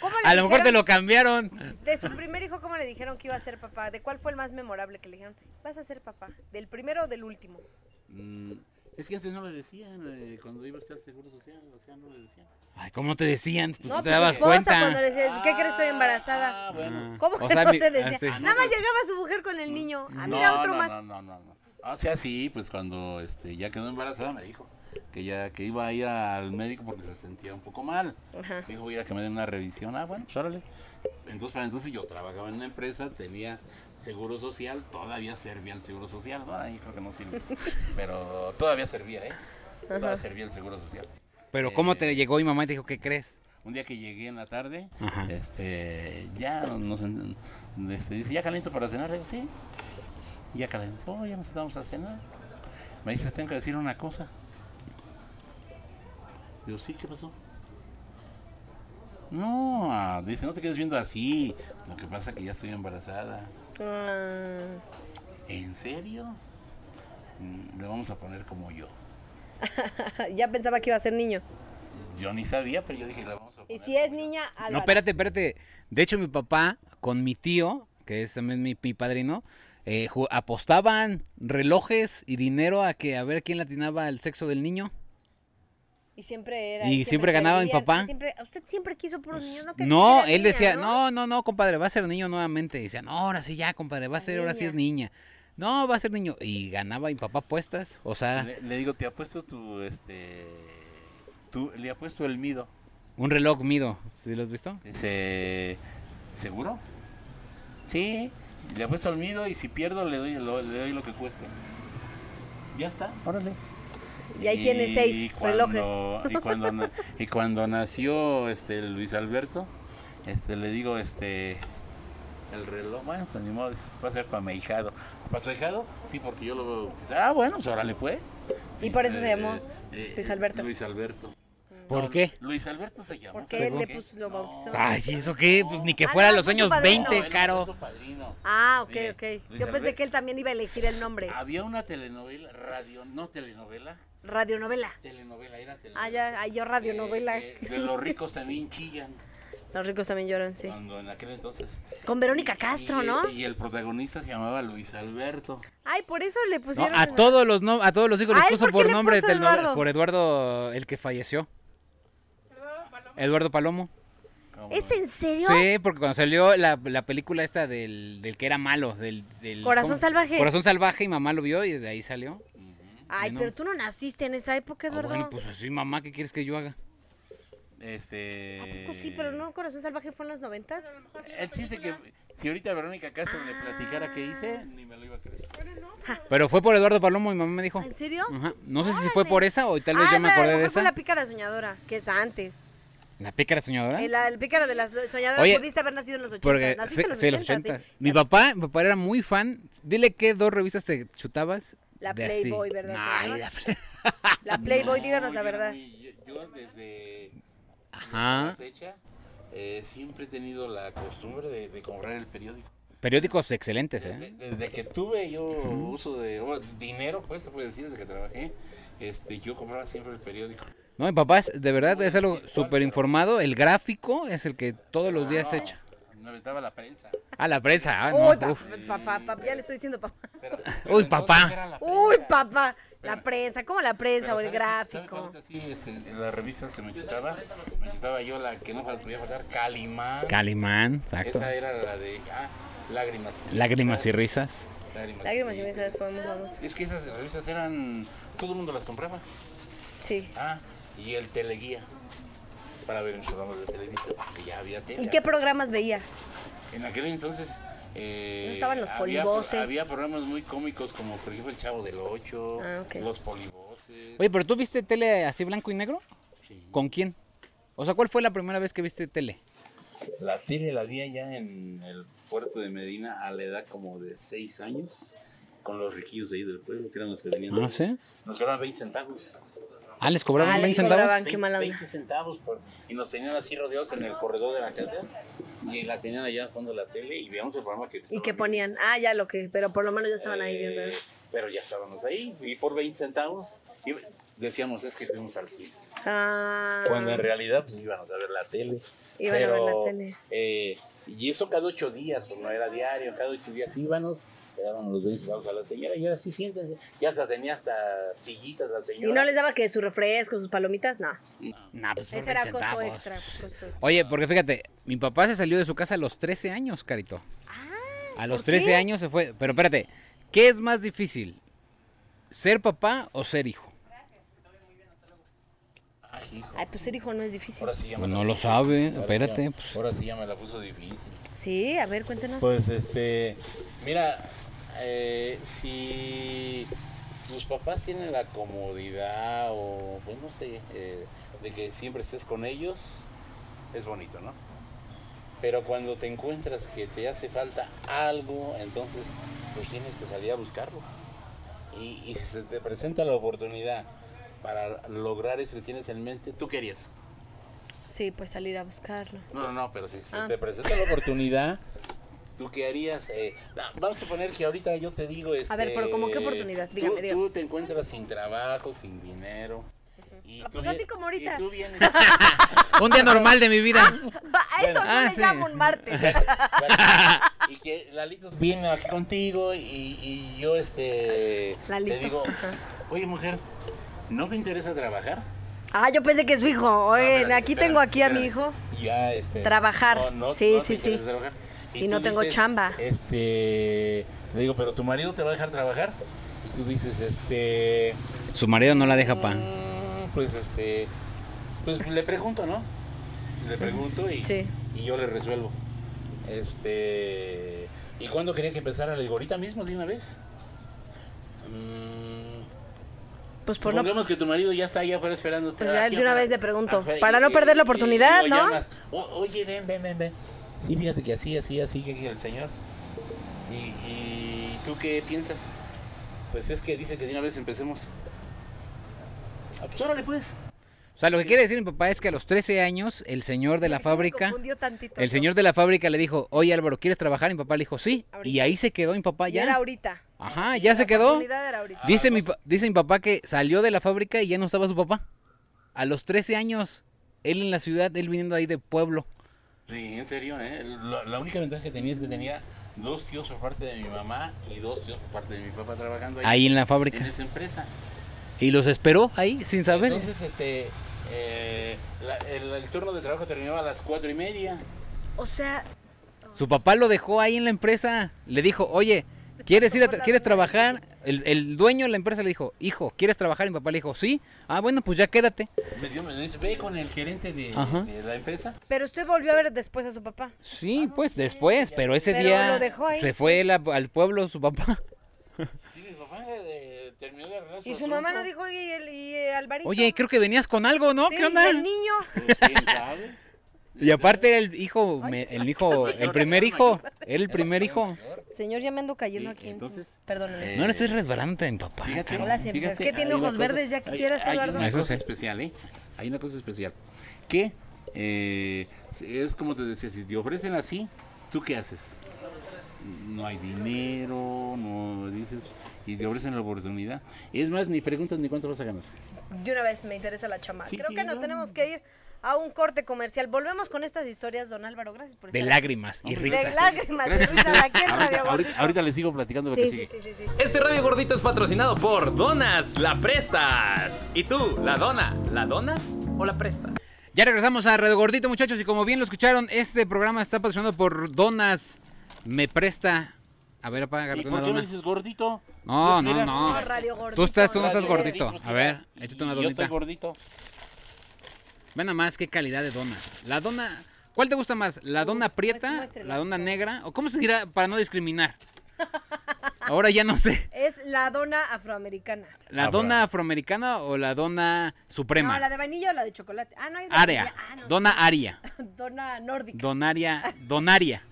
S3: ¿Cómo
S2: M.
S3: le
S2: A lo mejor te
S3: dijeron-
S2: lo cambiaron.
S3: De su primer hijo, ¿cómo le dijeron que iba a ser papá? ¿De cuál fue el más memorable que le dijeron? ¿Vas a ser papá? ¿Del primero o del último?
S2: Pues
S4: Mm, es que antes no le decían eh, cuando iba a estar seguro social. O sea, no le decían.
S2: Ay, ¿cómo te decían? Pues
S3: No,
S2: no te
S3: pues,
S2: dabas
S3: esposa,
S2: cuenta.
S3: cuando le dices, ¿qué crees? Estoy embarazada.
S4: Ah, bueno.
S2: Ah,
S3: ¿Cómo
S2: o
S3: que
S2: sea,
S3: no
S2: mi-
S3: te
S2: ah,
S3: decía?
S2: sí.
S3: Nada más llegaba su mujer con el niño. Ah,
S4: No,
S3: mira, otro
S4: no,
S3: más.
S4: No, no, no, no. O sea, sí, pues cuando este, ya quedó embarazada me dijo que ya que iba a ir al médico porque se sentía un poco mal.
S3: Ajá.
S4: Me dijo, voy a ir a que me den una revisión. Ah, bueno, pues órale. Entonces, para entonces yo trabajaba en una empresa, tenía seguro social, todavía servía el seguro social. No, ahí creo que no sirve. Pero todavía servía, ¿eh? Todavía servía el seguro social.
S2: Pero ¿cómo
S4: Eh.
S2: te llegó y mamá te dijo, ¿qué crees?
S4: Un día que llegué en la tarde,
S2: Ajá.
S4: este, ya nos en- este, dice, ¿ya caliento para cenar? Le digo, sí. Ya calentó, ya nos sentamos a cenar. Me dice, tengo que decir una cosa. Digo, sí, ¿qué pasó? No, ah", dice, no te quedes viendo así. Lo que pasa es que ya estoy embarazada.
S3: Ah,
S4: ¿En serio? "Mm, Le vamos a poner como yo.
S3: ya pensaba que iba a ser niño.
S4: Yo ni sabía, pero yo dije, le vamos a poner
S3: Y si es
S4: como yo".
S3: niña, Álvaro.
S2: No, espérate, espérate. De hecho, mi papá con mi tío, que es también mi, mi padrino, eh, ju- apostaban relojes y dinero a que a ver quién latinaba el sexo del niño.
S3: Y siempre era.
S2: Y siempre ganaba mi
S3: perdían,
S2: papá. Pues
S3: y siempre- usted siempre quiso puros niños. No,
S2: no,
S3: quería Oh, que era
S2: él
S3: niña,
S2: decía, ¿no? no, no, compadre, va a ser niño nuevamente. Y decía, no, ahora sí ya, compadre, va a
S3: La
S2: ser, ahora sí es
S3: niña.
S2: niña. No, va a ser niño. Y ganaba mi papá apuestas. O sea,
S4: Le, le digo, te apuesto tu, este, tu, le apuesto el mido.
S2: un reloj mido. ¿Sí lo has visto?
S4: Dice, ¿seguro? Sí, le apuesto el mido y si pierdo le doy lo, le doy lo que cueste. Ya está, órale.
S3: Y ahí tiene seis relojes.
S4: Y cuando, na- y cuando nació este Luis Alberto, este le digo, este, el reloj, bueno, pues ni modo, dice, va a ser para mi ahijado. ¿Para su ahijado? Sí, porque yo lo veo. Ah, bueno, pues órale pues.
S3: Y por eso se llamó
S4: eh,
S3: Luis Alberto.
S4: Luis Alberto.
S2: ¿Por
S4: No,
S2: qué?
S4: Luis Alberto se llama.
S3: Porque
S2: él le
S3: puso- lo bautizó.
S2: Ay, ¿y eso qué? Pues ni que
S3: Ah,
S2: fuera
S3: no,
S2: los
S3: fue su
S2: años
S3: padrino.
S2: 20, caro.
S3: Ah, ok,
S4: Mire,
S3: ok.
S4: Luis
S3: Yo pensé
S4: Alberto.
S3: que él también iba a elegir el nombre.
S2: Ah.
S4: Había una telenovela, radio, no telenovela,
S3: Radionovela.
S4: telenovela, era telenovela.
S3: Ah, ya, ah, yo radionovela.
S4: Eh, eh, de los ricos también chillan.
S2: eh,
S3: Los ricos también lloran, sí.
S4: Cuando en aquel entonces.
S3: Con Verónica Castro,
S4: y,
S3: ¿no?
S4: Y el protagonista se llamaba Luis Alberto.
S3: Ay, por eso le
S2: No,
S3: pusieron.
S2: a todos los no- a todos los hijos
S3: ¿A
S2: les
S3: él
S2: puso
S3: por qué
S2: por
S3: le
S2: nombre
S3: puso
S2: del no-
S3: Eduardo?
S2: por Eduardo el que falleció. Eduardo Palomo.
S4: Como-
S3: ¿Es en serio?
S2: Sí, porque cuando salió la, la película esta del, del que era malo, del, del-
S3: Corazón
S2: ¿cómo?
S3: salvaje.
S2: Corazón salvaje y mamá lo vio y desde ahí salió.
S4: Ujú.
S3: Ay,
S2: Bueno.
S3: pero tú no naciste en esa época,
S2: Ah,
S3: Eduardo.
S2: bueno, pues así mamá, ¿qué quieres que yo haga?
S4: Este.
S3: ¿A
S2: eh,
S3: poco sí? Pero no, Corazón Salvaje fue en los noventas.
S4: Él sí dice que si ahorita Verónica Castro le platicara qué hice, ni me lo iba a creer.
S2: Pero fue por Eduardo Palomo y mamá me dijo.
S3: ¿En serio?
S2: Ajá. No sé si fue por esa o Mm, tal vez
S3: ah,
S2: yo me
S3: la- a lo
S2: acordé de
S3: mejor fue
S2: esa.
S3: la
S2: La,
S3: pícara soñadora, que es antes.
S2: pícara soñadora.
S3: El, el pícara de la so- soñadora
S2: ¿Ah? Oye,
S3: pudiste haber nacido en los
S2: Porque
S3: ochentas. Naciste
S2: fe-
S3: en los
S2: sí, los
S3: ochentas, sí.
S2: 80. Mi papá, mi papá era muy fan. Dile qué dos revistas te chutabas.
S3: La
S2: de así.
S3: Playboy, ¿verdad,
S2: Ay,
S3: señora?
S2: la Play-
S3: La Playboy,
S4: No,
S3: díganos la
S4: yo era
S3: verdad.
S4: muy- yo- yo desde
S2: Ajá.
S4: esa fecha eh, siempre he tenido la costumbre de, de comprar el periódico.
S2: Periódicos excelentes,
S4: Desde,
S2: ¿eh?
S4: desde que tuve yo uso de o dinero, pues se puede decir, desde que trabajé, este, yo compraba siempre el periódico.
S2: No, mi papá es, de verdad es algo súper informado. El gráfico es el que todos los días
S4: Ah,
S2: echa.
S4: Me aventaba la prensa.
S2: Ah, la prensa. Ah,
S3: Uy,
S2: no,
S3: pa-
S2: uf.
S3: papá, papá, ya le estoy diciendo papá.
S4: Pero- pero
S2: Uy,
S4: entonces
S2: papá.
S4: era la
S3: Uy,
S4: prensa.
S3: papá, la
S4: Pero-
S3: prensa, ¿cómo la prensa
S4: Pero
S3: o el
S4: ¿sabes qué?
S3: gráfico?
S4: ¿Sabes qué? Ahorita sí, este, en las revistas que me quitaba, me quitaba yo la que no fal- podía faltar, Calimán.
S2: Calimán, exacto.
S4: Esa era la de ah, Lágrimas.
S2: Lágrimas y risas.
S4: Lágrimas,
S3: Lágrimas y
S4: y-
S3: risas fue muy famoso.
S4: Es que esas revistas eran, todo el mundo las compraba.
S3: Sí.
S4: Ah, y el teleguía. Para ver en programas de televisión, porque ya había tele.
S3: ¿Y qué programas veía?
S4: En aquel entonces. eh,
S3: No estaban los
S4: había-
S3: polivoces.
S4: Había programas muy cómicos como, por ejemplo, El Chavo del Ocho,
S3: Ah, ok.
S4: Los Polivoces.
S2: Oye, pero tú viste tele así blanco y negro?
S4: Sí.
S2: ¿Con quién? O sea, ¿cuál fue la primera vez que viste tele?
S4: La tele la vi allá en el puerto de Medina a la edad como de 6 años, con los riquillos de ahí del pueblo, que eran los que tenían.
S2: No sé.
S4: Nos cobraban 20 centavos.
S2: Ah, les cobraron
S3: Ah, les
S2: 20 centavos.
S3: cobraban, qué mala onda.
S4: 20 centavos por- y nos tenían así rodeados en el corredor de la casa y la tenían allá al fondo de la tele y veíamos el programa que
S3: ¿Y
S4: estaban
S3: qué
S4: viendo.
S3: ponían? Ah, ya lo que, pero por lo menos ya estaban ahí
S4: Eh,
S3: viendo.
S4: Pero ya estábamos ahí y por 20 centavos y decíamos es que fuimos al cine.
S3: Ah,
S4: Cuando en realidad pues íbamos a ver la tele.
S3: iban a ver la
S4: pero,
S3: tele.
S4: eh, y eso cada ocho días, pues, no era diario, cada ocho días íbamos, le daban los 20 centavos a la señora y ahora sí siéntense. Ya hasta tenía hasta sillitas la
S3: ¿Y
S4: señora.
S3: no les daba que su refresco, sus palomitas? No.
S2: Nah, pues por
S3: Ese era
S2: 20
S3: costo
S2: centavos.
S3: extra. costo extra.
S2: Oye, porque fíjate, mi papá se salió de su casa a los 13 años, Carito. A los
S3: ¿por qué?
S2: 13 años se fue. Pero espérate, ¿qué es más difícil? ¿Ser papá o ser hijo?
S4: Ay, hijo,
S3: Ay, pues ser hijo no es difícil.
S4: ahora sí ya me
S2: Pues
S4: la
S2: no lo
S4: puso-
S2: sabe,
S4: ahora
S2: espérate,
S4: ya-
S2: pues.
S4: Ahora sí ya me la puso difícil.
S3: Sí, a ver, cuéntenos.
S4: Pues este, mira, eh, si tus papás tienen la comodidad o, pues no sé, eh, de que siempre estés con ellos, es bonito, ¿no? Pero cuando te encuentras que te hace falta algo, entonces pues tienes que salir a buscarlo. Y, y si se te presenta la oportunidad para lograr eso que tienes en mente, tú querías.
S3: Sí, pues salir a buscarlo.
S4: No, no, no, pero si se
S3: Ah.
S4: te presenta la oportunidad, ¿tú qué harías? Eh, na- vamos a suponer que ahorita yo te digo... Este,
S3: ver, pero ¿cómo qué oportunidad?
S4: tú-
S3: Dígame,
S4: tú,
S3: dígame.
S4: te encuentras sin trabajo, sin dinero. y
S3: Ah,
S4: tú
S3: pues
S4: vie-
S3: así como ahorita.
S4: Y tú vienes...
S2: Un día normal de mi vida.
S3: A eso
S2: Bueno, ah,
S3: yo le
S2: sí.
S3: llamo un martes.
S4: y que Lalito viene aquí contigo y, y yo este,
S3: Lalito.
S4: te digo,
S3: Ajá.
S4: oye mujer, ¿no te interesa trabajar?
S3: Ah, yo pensé que es su hijo.
S4: No,
S3: Oye,
S4: espérate,
S3: aquí
S4: espérate,
S3: tengo aquí a mi
S4: espérate.
S3: hijo.
S4: Ya, este,
S3: Trabajar. Sí,
S4: te
S3: sí, sí.
S4: interesa trabajar.
S3: Y no
S4: tú
S3: tengo chamba.
S4: Este, le digo, pero tu marido te va a dejar trabajar. Y tú dices, este,
S2: Su marido no la deja pan.
S4: mm, pues este, pues le pregunto, ¿no? Le pregunto y,
S3: Sí.
S4: y yo le resuelvo. Este, ¿y cuándo quería que empezara? Le digo, ahorita mismo, de una vez. Mm,
S3: Pues por lo
S4: Supongamos que tu marido ya está allá afuera esperándote.
S3: Pues ya
S4: Aquí
S3: de una
S4: afuera.
S3: vez le pregunto,
S4: Ajá,
S3: para no perder la oportunidad,
S4: lo
S3: ¿no?
S4: llamas. O- oye, ven, ven, ven, ven. Sí, fíjate que así, así, así, que el señor. ¿Y, y tú qué piensas? Pues es que dice que de una vez empecemos. Ah, Pues órale, pues.
S2: O sea, lo que quiere decir mi papá es que a los 13 años el señor de la
S3: Sí me
S2: fábrica,
S3: confundió tantito,
S2: el
S3: ¿no?
S2: señor de la fábrica le dijo, oye Álvaro, ¿quieres trabajar? Y mi papá le dijo, sí. Y
S3: Ahorita.
S2: ahí se quedó mi papá
S3: Y Era
S2: ya.
S3: ahorita.
S2: Ajá, Ah, ya se
S3: La
S2: quedó.
S3: oportunidad era ahorita.
S2: Dice
S4: Ah,
S2: mi,
S4: entonces-
S2: pa- dice mi papá que salió de la fábrica y ya no estaba su papá. A los 13 años, él en la ciudad, él viniendo ahí de pueblo.
S4: Sí, en serio, ¿eh? La, la única ventaja que tenía es que tenía dos tíos por parte de mi mamá y dos tíos por parte de mi papá trabajando ahí,
S2: Ahí en la
S4: en
S2: fábrica.
S4: esa empresa.
S2: Y los esperó ahí, sin saber.
S4: Entonces, este, eh, la- el, el turno de trabajo terminaba a las cuatro y media.
S3: O sea,
S2: Su papá lo dejó ahí en la empresa. Le dijo, oye, ¿quieres ir a tra- quieres trabajar? El, el dueño de la empresa le dijo, hijo, ¿quieres trabajar? Y mi papá le dijo, sí. Ah, bueno, pues ya quédate.
S4: Me dio- me dice, ve con el gerente de,
S2: Ajá.
S4: de la empresa.
S3: pero usted volvió a ver después a su papá.
S2: Sí,
S4: Ah, no,
S2: pues
S4: sí,
S2: después,
S4: ya.
S2: pero ese
S3: Pero
S2: día
S3: lo dejó ahí.
S2: se fue él a- al pueblo su papá.
S4: Sí, mi papá eh, terminó de arreglar
S3: Y su mamá Pues no
S4: asunto.
S3: dijo, oye, y el- y eh, Alvarito.
S2: Oye, creo que venías con algo, ¿no?
S3: Sí,
S2: ¿Qué onda?
S3: el niño.
S4: Pues, ¿Quién sabe?
S2: Y aparte el hijo, me- el hijo, el
S4: señor,
S2: primer
S4: no,
S2: hijo,
S4: mayor.
S2: era el primer hijo.
S3: Señor, ya me ando cayendo
S4: Sí,
S3: aquí. Entonces,
S4: entonces,
S3: perdónenme.
S4: eh,
S2: No le estés resbalando a mi papá.
S4: Fíjate,
S2: cabrón.
S3: Hola, siempre.
S4: fíjate,
S3: Es que tiene
S4: hay una
S3: ojos verdes, ya quisieras,
S4: hay, hay
S3: Eduardo.
S4: Una
S2: Eso sí.
S4: cosa especial, ¿eh? Hay una cosa especial. Que eh, es como te decía, si te ofrecen así, ¿tú qué haces? no hay dinero, no dices, y te ofrecen la oportunidad. Es más, ni preguntas ni cuánto vas a ganar.
S3: De una vez me interesa la chama.
S4: Sí,
S3: Creo
S4: sí,
S3: que nos
S4: no.
S3: tenemos que ir a un corte comercial. Volvemos con estas historias, don Álvaro. Gracias por
S2: De
S3: estar
S2: lágrimas y
S4: Hombre,
S3: aquí.
S2: risas.
S3: De lágrimas y risas aquí en Radio
S4: Ahorita, ahorita,
S3: Gordito.
S4: ahorita les sigo platicando lo que
S3: Sí,
S4: sigue.
S3: sí, sí, sí, sí.
S1: Este Radio Gordito es patrocinado por Donas La Prestas. ¿Y tú, la dona, la donas o la prestas?
S2: Ya regresamos a Radio Gordito, muchachos, y como bien lo escucharon, este programa está patrocinado por Donas Me Presta. A ver, apaga,
S4: ¿Y
S2: agárrate
S4: por
S2: una
S4: qué me
S2: dona.
S4: dices gordito?
S2: No, no,
S4: Pues mira,
S2: no.
S3: No, Radio Gordito.
S2: Tú estás, tú no
S4: Radio
S2: estás gordito.
S4: sí,
S2: A ver,
S4: y-
S2: échate una
S4: y Yo estoy
S2: donita.
S4: gordito.
S2: Ve nada más qué calidad de donas. La dona, ¿cuál te gusta más? ¿La dona
S3: Uf, pues,
S2: prieta?
S3: muéstrela,
S2: ¿La dona
S3: por favor.
S2: negra? ¿O cómo se dirá para no discriminar? Ahora ya no sé.
S3: Es la dona afroamericana.
S2: ¿La
S4: Afro.
S2: dona afroamericana o la dona suprema?
S3: No, la de vainilla o la de chocolate. Ah, no, hay de
S2: Área.
S3: vainilla. Ah, no,
S2: Dona aria.
S3: Dona nórdica.
S2: Donaria. Donaria.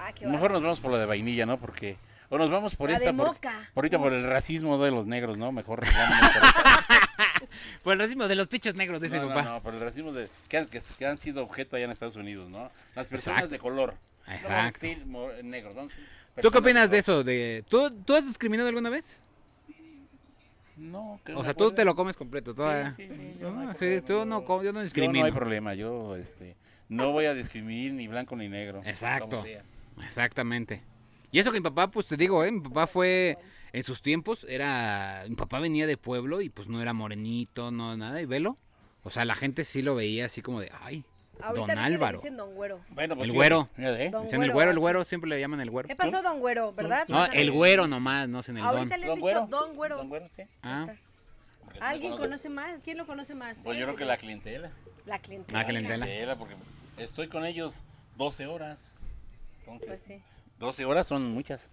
S3: ah, qué
S4: Mejor
S3: bárbaro.
S4: nos vamos por la de vainilla, ¿no? Porque. O nos vamos por
S3: La
S4: esta.
S3: de
S4: por-
S3: moca.
S4: por ahorita por el racismo de los negros, ¿no? Mejor. vámonos por esta.
S2: Por el racismo de los pichos negros, dice
S4: no,
S2: mi
S4: no,
S2: papá.
S4: no, por el racismo de. Que han, que, que han sido objeto allá en Estados Unidos, ¿no? Las personas
S2: Exacto.
S4: de color. No vamos a
S2: Exacto.
S4: decir mo- eh, negros, ¿no?
S2: ¿Tú qué
S4: Personas
S2: opinas de
S4: color.
S2: eso? De, ¿tú, ¿Tú has discriminado alguna vez?
S4: No, que
S2: O
S4: me
S2: sea, tú
S4: acuerde.
S2: te lo comes completo. Toda...
S4: Sí, sí, sí, yo no
S2: No,
S4: hay
S2: sí,
S4: problema,
S2: tú no, com- yo no
S4: Yo no hay
S2: discrimino.
S4: problema, yo este, no voy a discriminar ni blanco ni negro. como
S2: Exacto.
S4: sea.
S2: Exactamente. Y eso que mi papá, pues te digo, ¿eh? mi papá fue, en sus tiempos, era, mi papá venía de pueblo y pues no era morenito, no nada, y velo. O sea, la gente sí lo veía así como de, ay,
S3: Ahorita
S2: don
S3: vi que le
S2: Álvaro.
S3: dicen don güero.
S4: Bueno, pues
S2: El
S4: fíjate,
S2: güero.
S4: fíjate, ¿eh?
S3: Don
S2: Dicen el
S3: Güero.
S2: güero, el güero, siempre le llaman el güero.
S3: ¿Qué pasó, don güero? ¿Verdad?
S2: No,
S3: Pásale.
S2: el güero nomás, no sin el don.
S3: Ahorita le han
S4: Don
S3: dicho
S4: Güero.
S3: don güero.
S4: Don güero, sí.
S2: Ah,
S3: Ahí está.
S4: Porque tú
S3: ¿Alguien
S4: lo conoces.
S3: conoce más? ¿Quién lo conoce más? Eh,
S4: Pues yo creo que la clientela.
S3: La clientela.
S2: La clientela.
S4: porque estoy con ellos 12 horas. Entonces,
S3: Pues sí.
S4: 12 horas son muchas.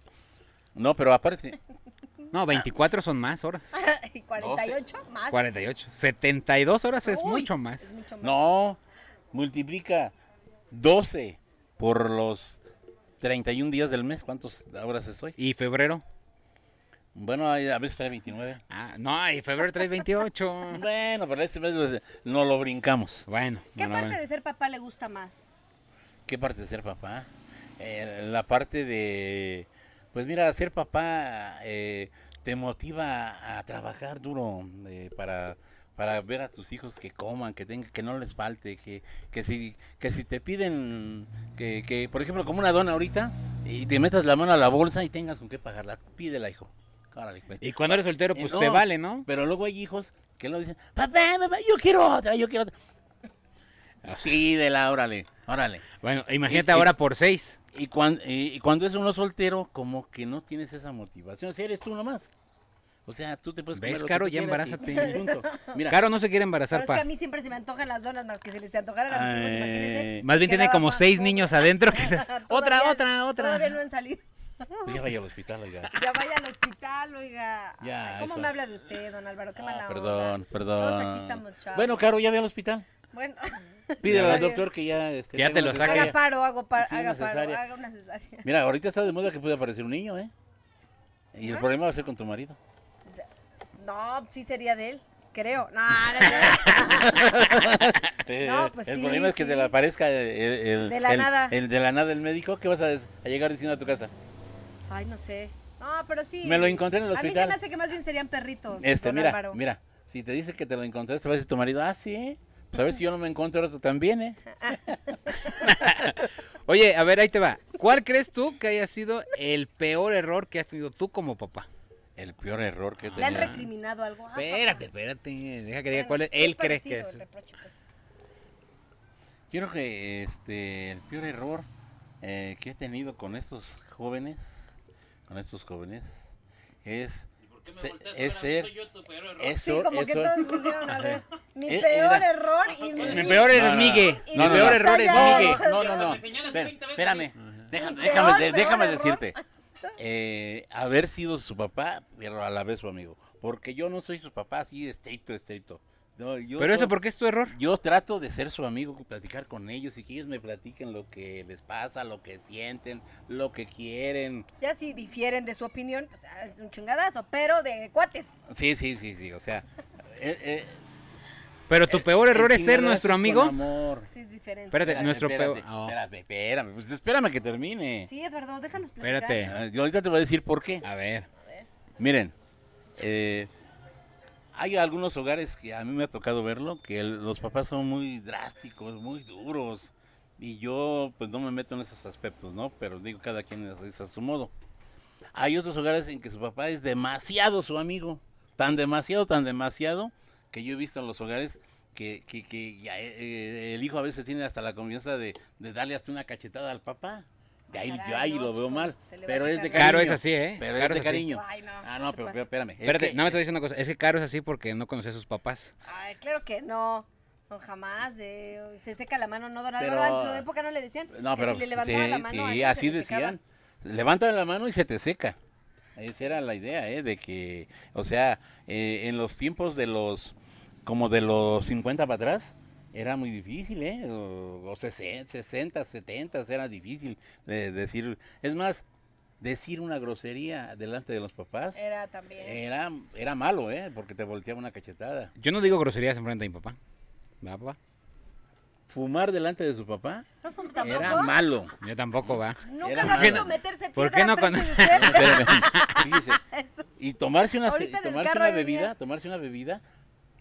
S4: No, pero aparte,
S2: no, 24 son más horas.
S3: ¿Y 48 más?
S2: 48. 72 horas es
S3: Ah, Uy,
S2: mucho más.
S3: Es mucho más.
S4: no, multiplica 12 por los 31 días del mes. ¿Cuántas horas estoy?
S2: ¿Y febrero?
S4: Bueno, hay- a veces trae 29.
S2: Ah, no, y febrero trae 28.
S3: Ah.
S4: Bueno, pero este mes pues, no lo brincamos.
S2: bueno.
S3: ¿Qué
S2: no,
S3: parte
S2: bueno.
S3: de ser papá le gusta más?
S4: ¿Qué parte de ser papá? Eh, la parte de, pues mira, ser papá eh, te motiva a trabajar duro eh, para, para ver a tus hijos que coman, que tengan, que no les falte, que, que si, que si te piden, que, que, por ejemplo, como una dona ahorita, y te metas la mano a la bolsa y tengas con qué pagarla, pídela, hijo. Órale, pues.
S2: Y cuando eres soltero,
S4: Eh,
S2: pues
S4: no.
S2: te vale, ¿no?
S4: Pero luego hay hijos que lo dicen, papá, papá, yo quiero otra, yo quiero otra.
S2: O sea,
S4: Sí, de la, órale, órale.
S2: Bueno, imagínate
S4: Y- y-
S2: ahora por seis.
S4: Y, cuan- y- y cuando es uno soltero, como que no tienes esa motivación. Si eres tú nomás. O sea, tú te puedes
S2: ¿Ves,
S4: lo que
S2: Caro?
S4: tú
S2: Ya
S4: quieras y-
S2: embarázate.
S4: y punto. Mira,
S2: Caro no se quiere
S3: Pero
S2: embarazar,
S3: es que
S2: pa.
S3: a mí siempre se me antojan las donas más que se les antojaran a mis hijos, imagínense.
S4: eh,
S2: Más bien tiene
S3: quedaba
S2: como
S3: más
S2: seis
S3: pobre.
S2: niños adentro. que las-
S3: Todavía-
S2: Otra, otra,
S3: Todavía no
S2: otra.
S3: han salido.
S4: pues ya vaya al hospital, oiga.
S3: Ya vaya al hospital, oiga.
S4: Ya,
S3: Ay, ¿Cómo
S4: eso.
S3: me habla de usted, don Álvaro? Qué
S4: Ah,
S3: mala
S4: perdón,
S3: onda.
S4: perdón.
S3: Todos aquí estamos chavos.
S4: Bueno, Caro, ya ve al hospital.
S3: Bueno,
S4: Pídele
S2: Ya.
S4: al doctor que ya... este,
S2: Que ya
S4: tenga
S2: te lo
S4: una
S2: saque.
S4: cesárea.
S2: ya.
S3: haga paro, hago paro,
S4: Sí,
S3: haga
S4: una
S3: paro,
S4: cesárea.
S3: haga una cesárea.
S4: Mira, ahorita está de moda que puede aparecer un niño, ¿eh? Y el
S3: Ah.
S4: problema va a ser con tu marido.
S3: No, sí sería de él, creo. No, no, es de él.
S4: Eh,
S3: No,
S4: eh,
S3: pues
S4: el
S3: sí,
S4: problema es que te
S3: sí.
S4: la aparezca el, el- el-
S3: De la
S4: el-
S3: nada.
S4: el de la nada el médico, ¿qué vas a, des- a llegar diciendo a tu casa?
S3: Ay, no sé. No, pero sí.
S4: Me lo encontré en el
S3: A mí se
S4: hospital.
S3: me hace que más bien serían perritos.
S4: Este,
S3: don
S4: mira,
S3: Álvaro.
S4: mira, si te dice que te lo encontraste, va a decir tu marido, ah, sí, ¿eh? pues a ver si yo no me encuentro ahora tú también, ¿eh?
S2: Oye, a ver, ahí te va. ¿Cuál crees tú que haya sido el peor error que has tenido tú como papá?
S4: El peor error que he
S3: ¿Le han
S2: Mira.
S4: tenido.
S3: recriminado algo? Ah,
S2: Espérate,
S3: papá.
S2: espérate. Deja que diga
S3: Bueno,
S2: cuál es. Él cree que
S3: parecido
S2: es.
S3: el reproche, pues.
S4: Yo creo que este, el peor error eh, que he tenido con estos jóvenes, con estos jóvenes, es,
S5: ¿Y por qué me
S4: Se-
S5: volteas
S4: es
S5: ahora?
S4: ser- eh,
S5: Soy yo tu peor error.
S4: eso,
S3: Sí, como que
S4: eso-
S3: todos volvieron a ver. Mi
S4: Eh,
S3: peor
S4: era-
S3: error y mi,
S2: Mi peor error
S4: No,
S2: es
S4: no,
S2: Migue.
S3: no.
S2: Mi
S3: No, no,
S2: peor
S3: no.
S2: error es
S3: No,
S2: Migue.
S3: no,
S4: No, no, no.
S5: Me señalas
S4: Espera,
S5: 20 veces.
S4: espérame. Déjame,
S3: Peor,
S4: déjame, de-
S3: peor
S4: déjame
S3: error.
S4: decirte. eh, haber sido su papá, pero a la vez su amigo. Porque yo no soy su papá así estricto, estricto. No, yo
S2: Pero eso,
S4: soy-
S2: ¿por qué es tu error?
S4: Yo trato de ser su amigo, platicar con ellos y que ellos me platiquen lo que les pasa, lo que sienten, lo que quieren.
S3: Ya si difieren de su opinión, pues ah, es un chingadazo, pero de cuates.
S4: Sí, sí, sí, sí, o sea... eh, eh,
S2: Pero tu
S4: el-
S2: peor error
S4: Eh, el
S2: es ser
S4: chingadazo
S2: nuestro
S4: con
S2: amigo.
S4: amor.
S3: Sí, es diferente.
S2: Espérate, nuestro peor.
S4: espérate,
S2: oh,
S4: espérate, espérame, pues espérame que termine.
S3: Sí, Eduardo, déjanos platicar.
S2: espérate.
S4: Ah, Yo ahorita te voy a decir por qué.
S2: A ver.
S3: A ver.
S4: Miren, eh, hay algunos hogares que a mí me ha tocado verlo, que el- los papás son muy drásticos, muy duros. Y yo, pues no me meto en esos aspectos, ¿no? Pero digo, cada quien es- es a su modo. Hay otros hogares en que su papá es demasiado su amigo. Tan demasiado, tan demasiado, que yo he visto en los hogares que, que- que ya, eh, eh, el hijo a veces tiene hasta la confianza de, de darle hasta una cachetada al papá. De ahí,
S3: Caray,
S4: yo ahí
S3: no,
S4: lo
S3: pues,
S4: veo
S3: ¿cómo?
S4: mal.
S3: Se le va a
S4: Pero es de
S3: sacar
S4: cariño.
S2: Caro es así, ¿eh?
S4: Pero es
S2: Caro
S4: de
S2: así.
S4: cariño.
S3: Ay, no.
S4: Ah, no,
S3: te
S4: pero
S3: pases.
S4: espérame. es
S2: Espérate,
S4: que- eh.
S2: nada más te voy a decir una cosa. Es que Caro es así porque no conocía a sus papás.
S3: Ay, claro que no. No, jamás. de- se seca la mano, no, don
S4: Pero-
S3: Álvaro. En su época no le decían.
S4: No,
S3: que
S4: pero.
S3: si le levantaba
S4: sí,
S3: la mano.
S4: sí,
S3: antes se
S4: así
S3: le secaba.
S4: decían. Levanta la mano y se te seca. Esa era la idea, ¿eh? De que, o sea, eh, en los tiempos de los, como de los 50 para atrás, era muy difícil, ¿eh? O, o 60, 60, 70, era difícil de decir. Es más, decir una grosería delante de los papás
S3: Era también.
S4: era, era malo, ¿eh? Porque te volteaba una cachetada.
S2: Yo no digo groserías enfrente de mi papá. ¿Va, papá?
S4: Fumar delante de su papá
S3: No fue
S4: era
S3: tampoco.
S4: malo.
S2: Yo tampoco, va.
S3: Nunca
S4: era
S3: lo
S4: malo.
S3: quiso meterse
S2: ¿Por
S3: piedra
S2: qué no
S3: enfrente
S2: con-
S3: de usted.
S4: Espérame, fíjese,
S3: Eso.
S4: Y tomarse una, ce-
S3: Ahorita en el
S4: tomarse
S3: carro
S4: una
S3: ahí venía.
S4: bebida, tomarse una bebida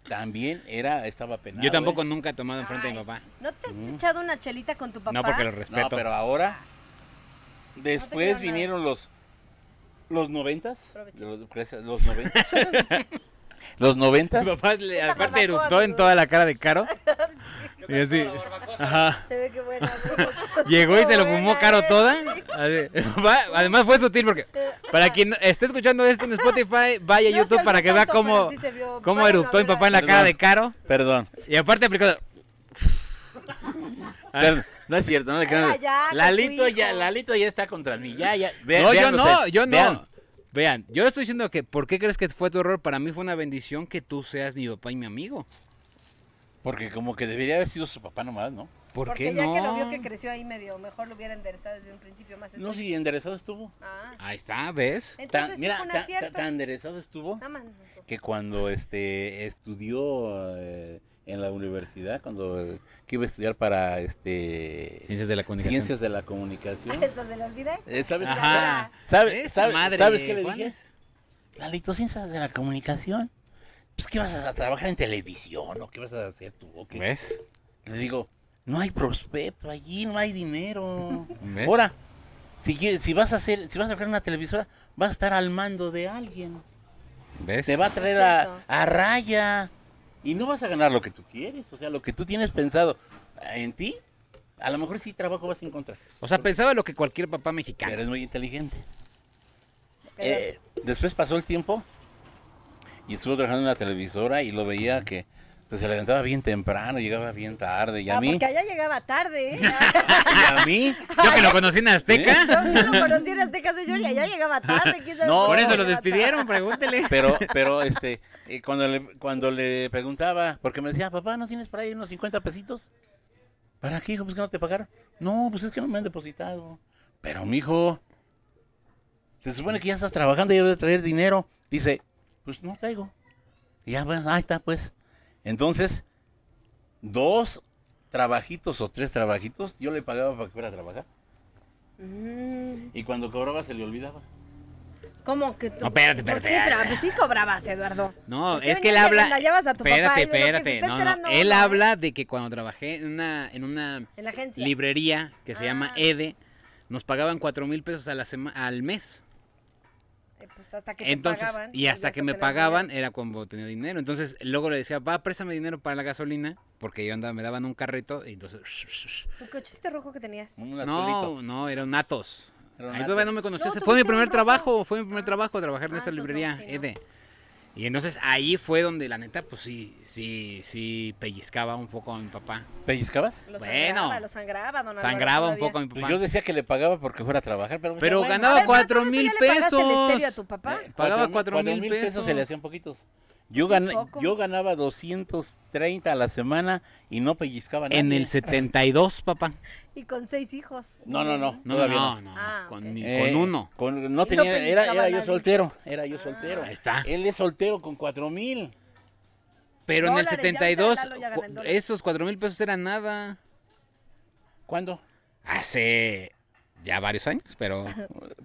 S4: también era estaba penado.
S2: Yo tampoco
S4: ¿eh?
S2: nunca he tomado enfrente de mi
S3: Ay,
S2: papá.
S3: ¿No te has
S4: Mm.
S3: echado una chelita con tu papá?
S2: No, porque lo
S4: No,
S2: respeto.
S4: pero ahora después
S3: creo nada.
S4: vinieron los los noventas,
S3: Aproveché.
S4: los, los noventas, los noventas.
S2: Mi papá le-
S3: Una
S2: aparte
S3: barbacoa,
S2: eructó en
S3: digo.
S2: toda la cara de Caro.
S5: Yo
S2: Y así.
S5: creo que la barbacoa,
S2: Ajá.
S3: Se ve que buena. Pues
S2: Llegó y se lo fumó Caro toda.
S3: toda
S2: Así. Va- Además fue sutil porque para quien no- esté escuchando esto en Spotify, vaya a YouTube para que vea cómo, cómo eruptó mi papá en la
S4: Perdón.
S2: cara de Caro.
S4: Perdón.
S2: Y aparte aplicó...
S4: Perdón, Ah, No es cierto, no le crean.
S3: Era Ah, ya con su
S4: Lalito ya,
S3: hijo.
S4: Lalito ya está contra mí. Ya, ya. Ve-
S2: no, yo
S4: vean
S2: no,
S4: ustedes,
S2: yo no.
S4: vean.
S2: Vean. yo estoy diciendo que ¿por qué crees que fue tu error? Para mí fue una bendición que tú seas mi papá y mi amigo.
S4: Porque como que debería haber sido su papá nomás, ¿no?
S2: ¿Por
S3: Porque
S2: qué
S3: ya
S2: no?
S3: que lo vio que creció ahí medio, mejor lo hubiera enderezado desde un principio más.
S4: No,
S3: estricto.
S4: si enderezado estuvo.
S3: Ah,
S2: Ahí está, ¿ves?
S3: entonces
S4: Tan,
S3: sí
S4: mira,
S3: fue un
S4: tan-
S3: acierto.
S4: tan- tan enderezado estuvo.
S3: Nada más.
S4: que cuando este estudió eh, en la universidad, cuando eh, que iba a estudiar para este
S2: Ciencias de la comunicación.
S4: ciencias de la comunicación.
S3: Esto se le olvida esto.
S4: Eh, ¿Sabes,
S2: Ajá.
S4: sabe-
S2: Esa
S4: sabe-
S2: madre,
S4: ¿sabes qué le
S2: Juan.
S4: dije? Lalito, ciencias de la comunicación. Pues que vas a trabajar en televisión o qué vas a hacer tú. ¿O qué?
S2: ¿Ves?
S4: Le digo, no hay prospecto allí, no hay dinero.
S2: ¿Ves?
S4: Ahora, si, quie- si vas a hacer, si vas a trabajar en una televisora, vas a estar al mando de alguien.
S2: ¿Ves?
S4: Te va a traer
S3: cierto.
S4: a, a raya. Y no vas a ganar lo que tú quieres. O sea, lo que tú tienes pensado en ti, a lo mejor sí trabajo vas a encontrar.
S2: O sea, pensaba lo que cualquier papá mexicano.
S4: Pero eres muy inteligente.
S3: Pero-
S4: Eh, después pasó el tiempo y estuvo trabajando en la televisora y lo veía que pues, se levantaba bien temprano, llegaba bien tarde. Y a
S3: Ah,
S4: mí,
S3: porque allá llegaba tarde, ¿eh?
S4: y a mí,
S2: Yo que lo conocí en Azteca.
S3: Yo, yo lo conocí en Azteca, señor, y allá llegaba tarde. ¿quién sabe
S4: No,
S3: por
S2: Por
S3: qué
S2: eso lo
S3: llegaba tarde?
S2: despidieron, pregúntele.
S4: pero, pero este, eh, cuando, le, cuando le preguntaba, porque me decía, papá, ¿no tienes por ahí unos 50 pesitos? ¿Para qué, hijo? Pues que no te pagaron. No, pues es que no me han depositado. Pero, mijo, se supone que ya estás trabajando y debes de traer dinero. Dice, pues no traigo. Y ya, bueno, ahí está, pues. Entonces, dos trabajitos o tres trabajitos, yo le pagaba para que fuera a trabajar.
S3: Mm,
S4: Y cuando cobraba se le olvidaba.
S3: ¿Cómo que tú?
S2: No, espérate,
S3: ¿Por
S2: espérate.
S3: qué tra- pues sí cobrabas, Eduardo.
S2: No,
S3: ¿Por qué
S2: es que él
S3: no le-
S2: habla.
S3: la llevas a tu papá?
S2: Espérate,
S3: Es lo que se
S2: espérate.
S3: está
S2: No,
S3: enterando
S2: no. Él
S3: uno, ¿eh?
S2: habla de que cuando trabajé en una, en una
S3: En la agencia.
S2: librería que se llama
S3: Ah.
S2: Ede, nos pagaban cuatro mil pesos a la sema- al mes.
S3: Eh, pues hasta que te
S2: Entonces,
S3: pagaban,
S2: y hasta
S3: ya
S2: que
S3: hasta
S2: me
S3: tener
S2: pagaban eh.
S3: dinero.
S2: era cuando tenía dinero. Entonces, luego le decía, va, préstame dinero para la gasolina, porque yo andaba, me daban un carrito y entonces...
S3: ¿Tu cochecito rojo que tenías?
S4: Un azulito.
S2: No, no, era un Atos.
S4: Era un
S2: Ahí todavía
S4: Atos.
S2: no me conocías. fue
S3: No,
S2: mi
S3: tuviste
S2: primer
S3: un rojo.
S2: trabajo, fue mi primer
S3: Ah.
S2: trabajo trabajar en
S3: Ah,
S2: esa
S3: entonces no,
S2: librería,
S3: sí, no.
S2: Ede. Y entonces ahí fue donde la neta, pues sí, sí, sí pellizcaba un poco a mi papá.
S4: ¿Pellizcabas?
S3: Lo
S2: Bueno.
S3: sangraba, lo sangraba, don Álvaro,
S2: Sangraba un
S3: todavía.
S2: poco a mi
S4: Pues
S2: papá.
S4: yo decía que le pagaba porque fuera a trabajar, pero,
S2: Pero
S4: bueno,
S2: ganaba
S3: A ver, pero
S2: cuatro
S3: todo eso
S2: mil
S3: ya le pagaste el estéreo
S2: pesos.
S3: a tu papá?
S4: eh,
S2: pagaba
S4: mil-
S2: cuatro mil pesos.
S4: se le hacían poquitos. Yo,
S3: Pues Sí, es
S4: gana-
S3: poco.
S4: yo ganaba 230 a la semana y no pellizcaba a
S2: En
S4: nadie.
S2: el 72, papá.
S3: Y con seis hijos.
S4: No, no, no.
S2: No, no,
S4: Todavía
S2: no,
S4: no.
S2: no,
S3: Ah,
S2: con,
S3: ok.
S2: ni-
S4: Eh,
S2: con uno.
S4: con-
S3: Y no
S4: no tenía, era,
S3: pellizcaba
S4: era
S3: a
S4: yo
S3: nadie.
S4: soltero, era yo
S3: Ah.
S4: soltero.
S2: Ahí está.
S4: Él es soltero con cuatro mil.
S2: Pero en el
S3: Dólares, ya ahorita
S2: 72,
S3: Lalo ya gana en
S2: cu-
S3: dólares.
S2: esos cuatro mil pesos eran nada.
S4: ¿Cuándo?
S2: Hace ya varios años, pero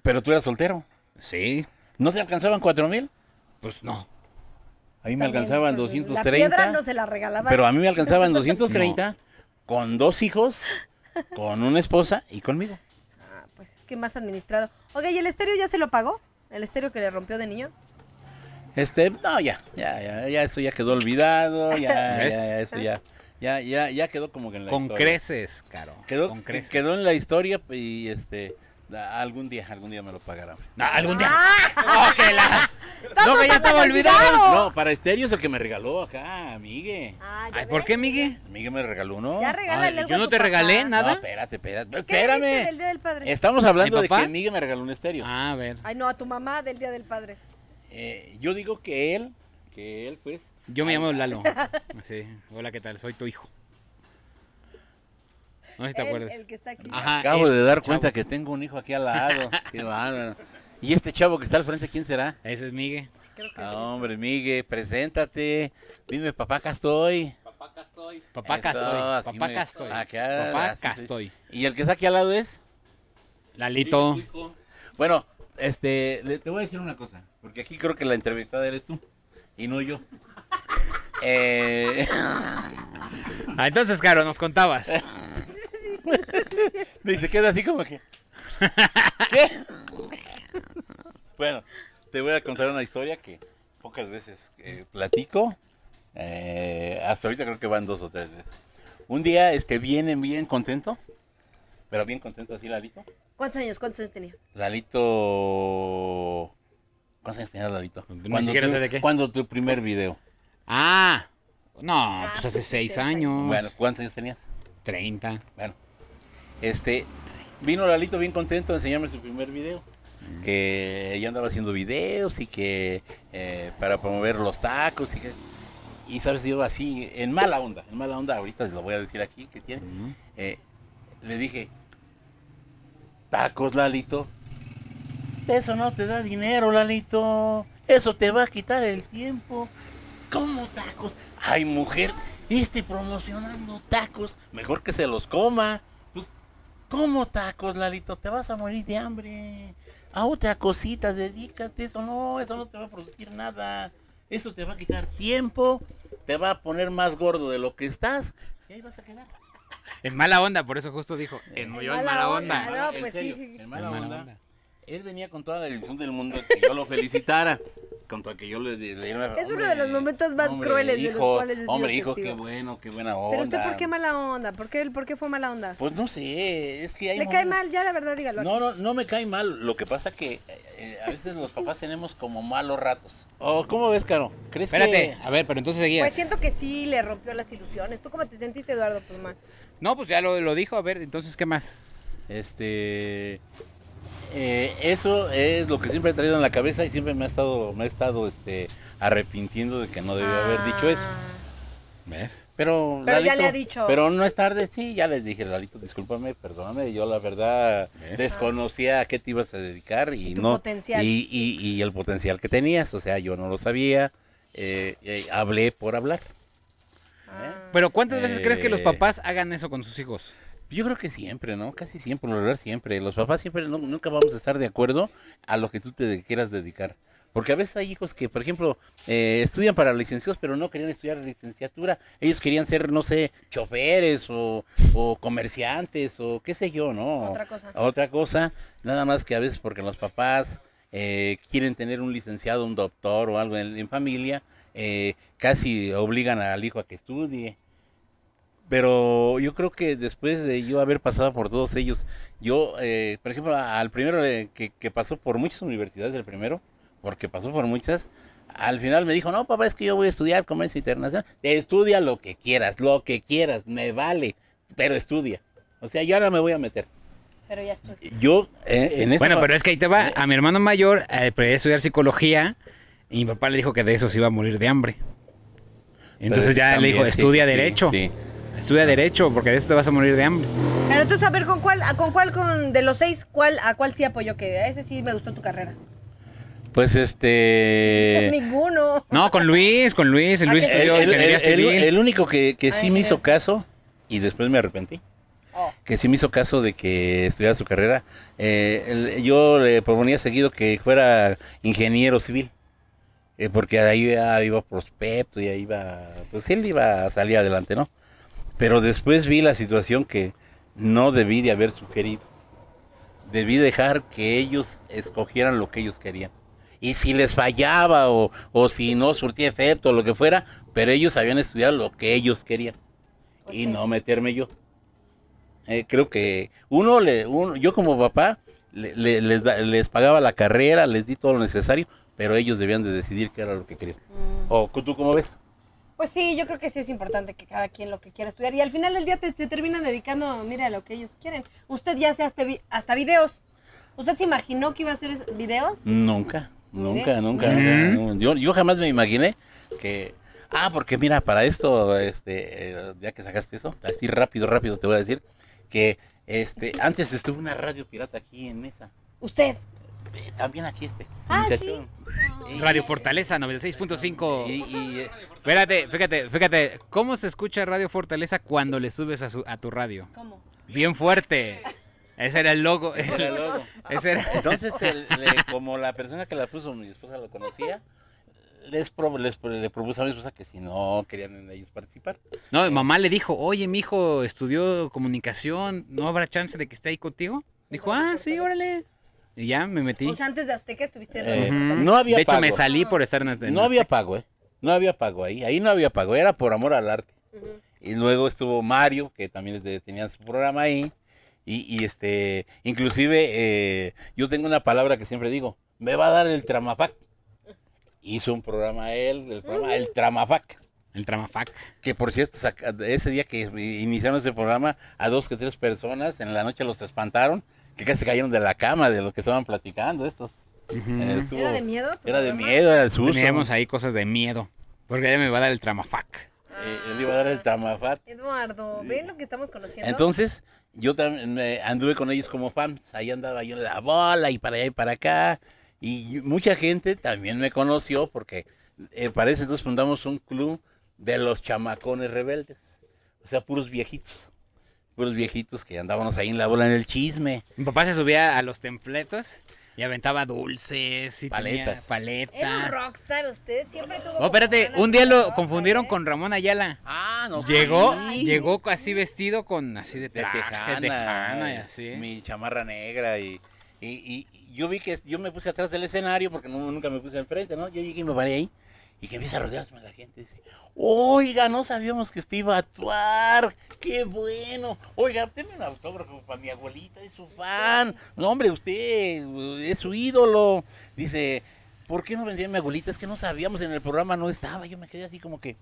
S4: Pero tú eras soltero.
S2: sí,
S4: ¿No te alcanzaban cuatro mil?
S2: pues no.
S4: A mí me alcanzaban
S3: La piedra
S4: 230.
S3: no se la regalaban.
S4: Pero a mí me alcanzaban 230 con dos hijos, con una esposa y conmigo.
S3: Ah, pues es que más administrado. Oiga, ¿y el estéreo ya se lo pagó? ¿El estéreo que le rompió de niño?
S4: Este, no, ya, ya, ya, ya, eso ya quedó olvidado, ya, ya,
S2: ¿Ves?
S4: ya, eso ya, ya, ya, ya quedó como que en la
S2: Con
S4: historia.
S2: creces, caro.
S4: Quedó,
S2: con creces.
S4: quedó en la historia y este, da- algún día, algún día me lo pagarán.
S2: No, algún día.
S3: ¡Ah!
S2: ¡Oh, que la-
S3: ¡Estamos
S2: No, que ya
S3: tan
S2: estaba olvidado.
S4: No, para Estéreo es el que me regaló acá, amigue.
S3: Ah, ya
S2: Ay, ¿Por
S3: ves.
S2: qué, Miguel?
S4: Amigue me regaló uno.
S3: Ya
S4: No,
S3: regálale
S2: Ay,
S3: algo
S2: yo
S3: a
S2: no
S3: tu
S2: te
S3: papá.
S2: regalé nada.
S4: espérate, espérate,
S3: ¿Qué Espérame.
S4: espérame.
S3: del Día del Padre?
S4: Estamos hablando de que
S2: papá?
S4: amigue me regaló un Estéreo.
S2: Ah, a ver.
S3: Ay, no, a tu mamá del Día del Padre.
S4: Eh, yo digo que él, que él, pues,
S2: Yo me
S4: Ay,
S2: llamo Lalo. Sí. Hola, ¿qué tal? Soy tu hijo. No sé si te
S3: El-
S2: acuerdas.
S3: El que está aquí.
S2: Ajá,
S4: acabo
S3: este
S2: ese
S4: de dar
S2: chavo.
S4: cuenta que tengo un hijo aquí al lado. Qué bárbaro. Y este chavo que está al frente, ¿quién será?
S2: Ese es Miguel.
S3: Creo que
S4: Ah,
S3: es.
S4: hombre, Migue, preséntate. Dime, papá, acá estoy.
S5: Papá, acá estoy.
S2: Papá
S4: Eso,
S2: Castoy.
S4: así
S2: Papá
S4: me-
S2: Castoy.
S4: Ah, claro,
S2: Papá
S4: así se-
S2: Castoy.
S4: Y el que está aquí al lado es.
S2: Lalito.
S5: Hijo.
S4: Bueno, este, le- te voy a decir una cosa, porque aquí creo que la entrevistada eres tú y no yo. Eh,
S2: Ah, entonces, Caro, nos contabas.
S4: y se queda así como que. ¿Qué? Bueno, te voy a contar una historia que pocas veces eh, platico. Eh, hasta ahorita creo que van dos o tres veces. Un día, este, viene bien contento, pero bien contento así, Lalito.
S3: ¿Cuántos años? ¿Cuántos años tenía?
S4: Lalito. ¿Cuántos años tenías, Lalito?
S2: Ni
S4: Cuando
S2: siquiera
S4: tu-
S2: sé de qué.
S4: cuando tu primer video?
S2: Ah, no,
S3: Ah,
S2: pues hace
S3: pues,
S2: seis
S3: seis años.
S2: años.
S4: Bueno, ¿cuántos años tenías?
S2: 30.
S4: Bueno, este. Vino Lalito bien contento a enseñarme su primer video. Que ya andaba haciendo videos y que. eh, para promover los tacos y que. Y sabes, yo así, en mala onda, en mala onda, ahorita lo voy a decir aquí que tiene.
S2: Ujú.
S4: eh, le dije, tacos, Lalito. Eso no te da dinero, Lalito. Eso te va a quitar el tiempo. ¿Cómo tacos? Ay, mujer, este promocionando tacos. Mejor que se los coma. Pues, ¿cómo tacos, Lalito? Te vas a morir de hambre. A otra cosita, dedícate. Eso no, eso no te va a producir nada. Eso te va a quitar tiempo. Te va a poner más gordo de lo que estás. Y ahí vas a quedar.
S2: En mala onda, por eso justo dijo. En,
S3: Eh, En
S2: yo en
S3: mala
S2: mala
S3: onda,
S2: onda.
S3: Ah,
S4: Mala-
S3: no,
S4: en
S3: pues
S4: serio,
S3: sí.
S4: en
S2: En
S4: mala
S2: mala
S4: onda.
S2: onda.
S4: Él venía con toda la ilusión del mundo que yo lo felicitara. Con todo que yo le, le diera-
S3: Es uno
S4: hombre,
S3: de los momentos más crueles de los
S4: hijo,
S3: cuales he sido
S4: Hombre, hijo,
S3: testigo.
S4: qué bueno, qué buena onda.
S3: Pero usted, ¿por qué mala onda? ¿Por qué, por qué fue mala onda?
S4: Pues no sé, es que hay
S3: ¿Le cae
S4: momentos-
S3: mal? Ya, la verdad, dígalo.
S4: No, no, no me cae mal. Lo que pasa que eh, eh, a veces los papás tenemos como malos ratos. Oh, ¿Cómo ves, Caro? ¿Crees
S2: Espérate,
S4: que...?
S2: a ver, pero entonces seguías.
S3: Pues siento que sí le rompió las ilusiones. ¿Tú cómo te sentiste, Eduardo Puzmán?
S2: No, pues ya lo, lo dijo. A ver, entonces, ¿qué más?
S4: Este. eh, eso es lo que siempre he traído en la cabeza y siempre me ha estado, me he estado este, arrepintiendo de que no debía haber dicho eso. ¿eh?
S2: ¿Ves?
S4: Pero,
S3: Ah. Pero ya le ha dicho.
S4: Pero no es tarde, sí, ya les dije, Lalito, discúlpame, perdóname, yo la verdad
S2: ¿Ves?
S4: desconocía a qué te ibas a dedicar y,
S3: Y tu
S4: no.
S3: potencial.
S4: Y, y- y el potencial que tenías, o sea, yo no lo sabía, eh, eh, hablé por hablar.
S3: Ah.
S2: Pero ¿cuántas veces crees que los
S4: Eh.
S2: papás hagan eso con sus hijos?
S4: Yo creo que siempre, ¿no? Casi siempre, por lo general siempre. Los papás siempre, no- nunca vamos a estar de acuerdo a lo que tú te de- quieras dedicar. Porque a veces hay hijos que, por ejemplo, eh, estudian para licenciados, pero no querían estudiar licenciatura. Ellos querían ser, no sé, choferes o, o comerciantes o qué sé yo, ¿no?
S3: Otra cosa.
S4: Otra cosa, nada más que a veces porque los papás eh, quieren tener un licenciado, un doctor o algo en, en familia, eh, casi obligan al hijo a que estudie. Pero yo creo que después de yo haber pasado por todos ellos, yo, eh, por ejemplo, a- al primero eh, que, que pasó por muchas universidades, el primero, porque pasó por muchas, al final me dijo, no, papá, es que yo voy a estudiar comercio internacional. Estudia lo que quieras, lo que quieras, me vale, pero estudia. O sea, yo ahora me voy a meter.
S3: Pero ya estoy.
S4: Yo, eh, en esa
S2: Bueno,
S4: pa- Eh.
S2: pero es que ahí te va. A mi hermano mayor eh, prefería estudiar psicología y mi papá le dijo que de eso se iba a morir de hambre. Entonces
S4: Pero
S2: ya le
S4: Pues también,
S2: dijo,
S4: sí,
S2: estudia
S4: sí,
S2: derecho,
S4: sí.
S2: estudia derecho porque de eso te vas a morir de hambre.
S3: Pero entonces, a ver, ¿con cuál, a- con cuál, con, de los seis, cuál, a cuál sí apoyó que a ese sí me gustó tu carrera?
S4: Pues este...
S3: Ninguno.
S2: No, con Luis, con Luis, el
S3: Ah,
S2: Luis
S3: que-
S4: El,
S2: estudió
S4: el-
S2: ingeniería
S4: el- el-
S2: civil.
S4: el único que, que
S3: Ah,
S4: sí me hizo
S3: ingeniería
S4: caso y después me arrepentí
S3: Oh.
S4: que sí me hizo caso de que estudiara su carrera. Eh, el- yo le proponía seguido que fuera ingeniero civil, eh, porque ahí ya iba prospecto y ahí iba, pues él iba a salir adelante, ¿no? Pero después vi la situación que no debí de haber sugerido. Debí dejar que ellos escogieran lo que ellos querían. Y si les fallaba o, o si no surtía efecto o lo que fuera, pero ellos habían estudiado lo que ellos querían
S3: Pues
S4: y
S3: sí.
S4: no meterme yo. Eh, creo que uno, le, uno- yo como papá le- le- les, da- les pagaba la carrera, les di todo lo necesario, pero ellos debían de decidir qué era lo que querían.
S3: Mm.
S4: ¿O cu- tú cómo ves?
S3: Pues sí, yo creo que sí es importante que cada quien lo que quiera estudiar. Y al final del día te, te terminan dedicando, mira, a lo que ellos quieren. Usted ya hace hasta, vi- hasta videos. ¿Usted se imaginó que iba a hacer es- videos?
S4: Mm. Nunca, nunca,
S3: Mire.
S4: nunca.
S2: Mire.
S4: nunca, no. Yo, yo jamás me imaginé que... Ah, porque mira, para esto, este, eh, ya que sacaste eso, así rápido, rápido te voy a decir, que este, antes estuvo una radio pirata aquí en Mesa.
S3: Usted.
S4: Eh, también aquí este.
S3: Ah, sí.
S4: muchachón. Y-
S2: Radio Fortaleza 96.5.
S4: Y, y, eh,
S2: Fíjate, fíjate, fíjate, ¿cómo se escucha Radio Fortaleza cuando le subes a, su- a tu radio?
S3: ¿Cómo?
S2: Bien fuerte. Ese era el logo.
S4: era loco.
S2: Ese era.
S4: Entonces, el- le- como la persona que la puso, mi esposa lo conocía, les, pro- les pro- le propuso a mi esposa que si no querían ellos participar.
S2: No, mamá le dijo, oye, mi hijo estudió comunicación, ¿no habrá chance de que esté ahí contigo? Dijo, ah, sí, órale. Y ya me metí.
S3: O sea, antes de Azteca estuviste en
S4: Eh,
S3: Radio
S2: Ujú.
S3: Fortaleza.
S4: no había
S2: de hecho, me
S4: pago.
S2: salí por estar en este, en-
S4: No había pago, ¿eh? No había pago ahí. Ahí no había pago, era por amor al arte.
S3: Ujú.
S4: Y luego estuvo Mario, que también este, tenía su programa ahí. Y, y, este, inclusive, eh, yo tengo una palabra que siempre digo, me va a dar el Tramafac. Hizo un programa él, el programa El Tramafac.
S2: El Tramafac.
S4: que por cierto, saca- ese día que iniciaron ese programa, a dos que tres personas en la noche los espantaron, que casi cayeron de la cama de lo que estaban platicando estos. Eh, estuvo-
S3: ¿Era de miedo? tu
S4: era de
S3: programa?
S4: miedo, era el susto.
S2: Mm. Teníamos ahí cosas de miedo. Porque ya me va a dar el Tramafac.
S4: Eh, él iba a
S3: Ah.
S4: dar el tamafat.
S3: Eduardo, ¿ven lo que estamos conociendo?
S4: Entonces, yo también eh, anduve con ellos como fans, ahí andaba yo en la bola y para allá y para acá. Y mucha gente también me conoció porque eh, parece entonces fundamos un club de los chamacones rebeldes. O sea, puros viejitos. Puros viejitos que andábamos ahí en la bola en el chisme.
S2: Mi papá se subía a los templetos y aventaba dulces y tenía
S4: Paletas.
S3: Era un
S2: paleta.
S3: rockstar usted, siempre tuvo...
S2: ah. No, espérate, un día lo confundieron con
S3: Ramón.
S2: Ramón Ayala.
S4: Ah, no.
S2: Llegó,
S4: sí.
S2: llegó así vestido con así de
S4: de
S2: traje,
S4: Tejana,
S2: tejana y
S4: eh,
S2: así.
S4: Mi chamarra negra y, y- y yo vi que yo me puse atrás del escenario porque nu- nunca me puse enfrente, ¿no? Yo llegué y me paré ahí y que empieza a rodearme la gente. Dice, oiga, no sabíamos que usted iba a actuar, qué bueno. Oiga, denme un autógrafo para mi abuelita, es su fan. No, hombre, usted eh, es su ídolo. Dice, ¿por qué no vendría mi abuelita? Es que no sabíamos, en el programa no estaba. Yo me quedé así como que...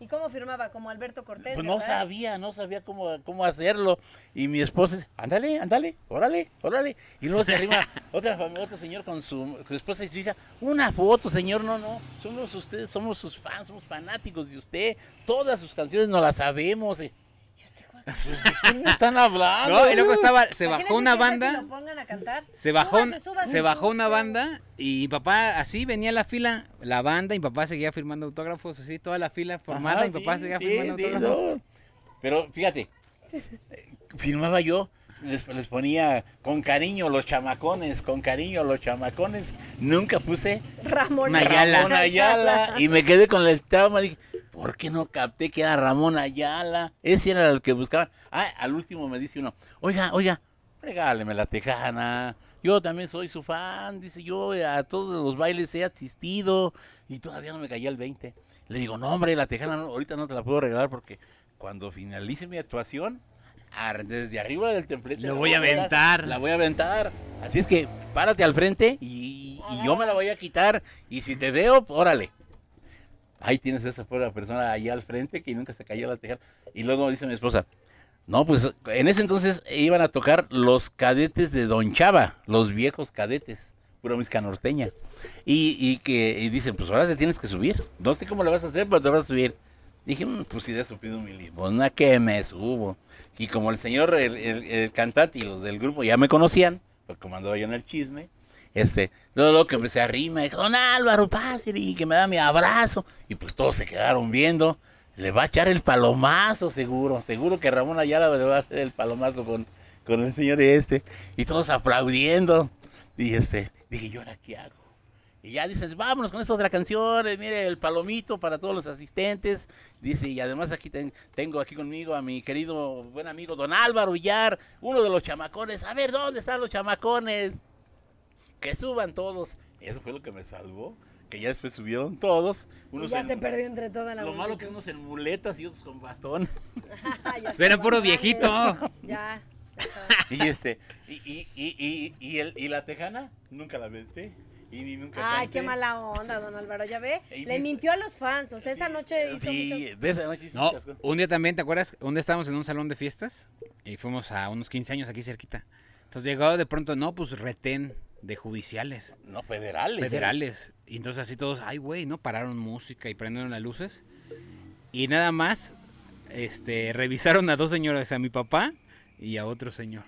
S3: ¿Y cómo firmaba? Como Alberto Cortés,
S4: Pues no
S3: ¿verdad?
S4: sabía, no sabía cómo, cómo hacerlo. Y mi esposa dice, ándale, ándale, órale, órale. Y luego se arriba otra familia, otro señor con su, con su esposa y su hija. Una foto, señor, no, no. Somos ustedes, somos sus fans, somos fanáticos de usted. Todas sus canciones no las sabemos. ¿De
S3: ¿Y usted cuál?
S4: qué me están hablando?
S2: No, y luego estaba, se
S3: Imagínese
S2: bajó una
S3: que ahorita
S2: banda.
S3: que lo pongan a cantar.
S2: Se bajó,
S3: Súbanse, súbanse,
S2: se bajó una
S3: súbanse.
S2: banda y mi papá así venía la fila, la banda y mi papá seguía firmando autógrafos, así toda la fila formada
S4: Ajá,
S2: y mi papá
S4: sí,
S2: seguía
S4: sí,
S2: firmando
S4: sí,
S2: autógrafos.
S4: no. Pero fíjate, eh, firmaba yo, les, les ponía con cariño los chamacones, con cariño los chamacones. Nunca puse
S3: Ramón
S2: Nayala.
S4: Ramón Ayala. Y me quedé con el trauma. Dije, ¿por qué no capté que era Ramón Ayala? Ese era el que buscaban. Ah, al último me dice uno, oiga, oiga, regáleme la tejana. Yo también soy su fan. Dice, yo a todos los bailes he asistido. Y todavía no me caía el 20. Le digo, no, hombre, la tejana no- ahorita no te la puedo regalar porque cuando finalice mi actuación, ar- desde arriba del templete.
S2: Lo
S4: la
S2: voy a
S4: dar.
S2: aventar.
S4: La voy a aventar. Así es que párate al frente y, y yo me la voy a quitar. Y si te veo, órale. Ahí tienes a esa pobre persona allá al frente que nunca se cayó la tejana. Y luego dice mi esposa, no, pues en ese entonces iban a tocar los cadetes de Don Chava, los viejos cadetes, pura misca norteña. Y, y que y dicen, pues ahora te tienes que subir. No sé cómo lo vas a hacer, pero te vas a subir. Dije, "Mm, pues si de subido mi limosna, que me subo. Y como el señor, el, el- el cantante y los del grupo ya me conocían, porque como andaba yo en el chisme, este, luego, luego que me se arrima, dijo, don Álvaro, pásale, y que me da mi abrazo. Y pues todos se quedaron viendo. le va a echar el palomazo, seguro. Seguro que Ramón Ayala le va a hacer el palomazo con, con el señor este. Y todos aplaudiendo. Y este, dije, ¿yo ahora qué hago? Y ya dices, vámonos con esta otra canción. eh, Mire, el palomito para todos los asistentes. Dice, y además aquí ten- tengo aquí conmigo a mi querido buen amigo Don Álvaro Villar, uno de los chamacones. A ver, ¿dónde están los chamacones? Que suban todos. Eso fue lo que me salvó. Que ya después subieron todos.
S3: Y
S4: unos
S3: ya
S4: en-
S3: se perdió entre toda la
S4: Lo malo que
S3: multitud.
S4: unos en muletas y otros con bastón.
S3: Ay, ya
S2: Pues era
S3: se
S2: puro
S3: mandaron.
S2: viejito.
S3: Ya. ajá.
S4: Y este, y, y, y, y, y el, y la tejana, nunca la vente. Y ni nunca
S3: Ay,
S4: canté.
S3: Ah, qué mala onda, don Álvaro. Ya ve,
S4: Ey,
S3: le
S4: mi-
S3: mintió a los fans. O sea, esa
S4: Sí,
S3: noche hizo
S4: sí, eh,
S3: mucho.
S4: de esa noche hizo
S2: No,
S4: muchas cosas.
S2: un día también, ¿te acuerdas? Un día estábamos en un salón de fiestas y fuimos a unos 15 años aquí cerquita. Entonces llegó de pronto, no, pues retén de judiciales,
S4: No, federales. ¿eh?
S2: federales. Y entonces así todos, ay, güey, ¿no? Pararon música y prendieron las luces. Y nada más, este, revisaron a dos señores, a mi papá y a otro señor.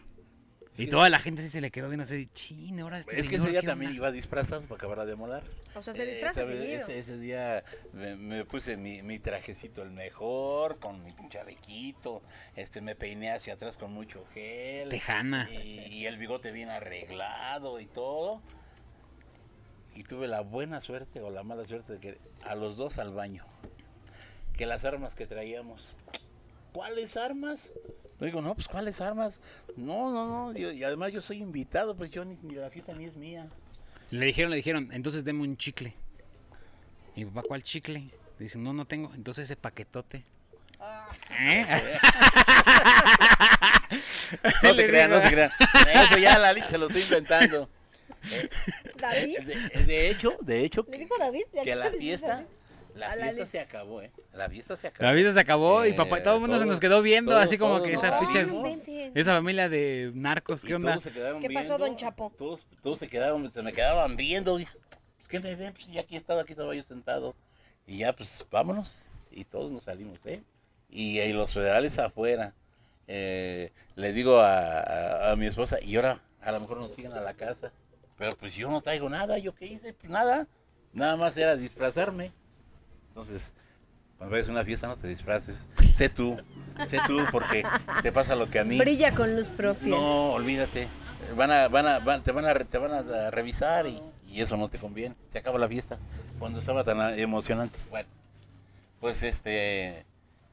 S2: Y
S4: Sí.
S2: toda la gente sí se le quedó viendo así, chin, ahora este
S4: Es que
S2: señor,
S4: ese día
S2: ¿qué
S4: también
S2: onda?".
S4: iba disfrazado para acabar de molar.
S3: O sea, se
S4: Eh,
S3: disfraza
S4: esa vez-
S3: seguido.
S4: Ese, ese día me, me puse mi, mi trajecito el mejor, con mi chalequito, este, me peiné hacia atrás con mucho gel.
S2: Tejana.
S4: Y, y el bigote bien arreglado y todo. Y tuve la buena suerte o la mala suerte de que a los dos al baño. Que las armas que traíamos. ¿Cuáles armas? Yo digo, no, pues ¿cuáles armas? No, no, no. yo- y además yo soy invitado, pues yo ni, ni la fiesta ni es mía.
S2: Le dijeron, le dijeron, entonces deme un chicle. Y mi papá, ¿cuál chicle? Dice, no, no tengo. Entonces ese paquetote.
S3: Ah,
S2: ¿Eh?
S4: No
S2: Le
S4: se crean,
S2: digo.
S4: no se crean. Eso ya la Lit se lo estoy inventando.
S3: David.
S4: De, de hecho, de hecho,
S3: Le
S4: que,
S3: dijo David. ¿le
S4: que la
S3: acabas de decir
S4: fiesta,
S3: David?
S4: la
S3: A la
S4: fiesta
S3: Lit.
S4: se acabó, ¿eh? La fiesta se acabó.
S2: La vida se acabó y
S4: Eh,
S2: papá, todo el mundo se
S4: todos-
S2: nos quedó viendo,
S4: todos-
S2: así como que
S4: todos
S2: esa
S4: nos
S2: pinche.
S4: vimos.
S3: inventen.
S2: Esa familia de narcos,
S4: Y
S2: ¿qué onda?
S4: todos se quedaron
S3: ¿Qué pasó,
S4: viendo,
S3: don Chapo?
S4: Todos, todos se quedaron, se me quedaban viendo. y, pues, ¿Qué me ven? Pues, y aquí estaba, aquí estaba yo sentado. Y ya, pues, vámonos. Y todos nos salimos, ¿eh? Y, y los federales afuera. Eh, le digo a, a- a mi esposa, y ahora a lo mejor nos siguen a la casa. Pero pues yo no traigo nada, ¿yo qué hice? Pues nada. Nada más era disfrazarme. Entonces, cuando vayas a una fiesta no te disfraces. Sé tú, sé tú, porque te pasa lo que a mí.
S3: Brilla con luz propia.
S4: No, olvídate. Van a, van a, van- te, van a, re- te van a a revisar y, y eso no te conviene. Se acaba la fiesta. Cuando estaba tan a- emocionante. Bueno, pues este.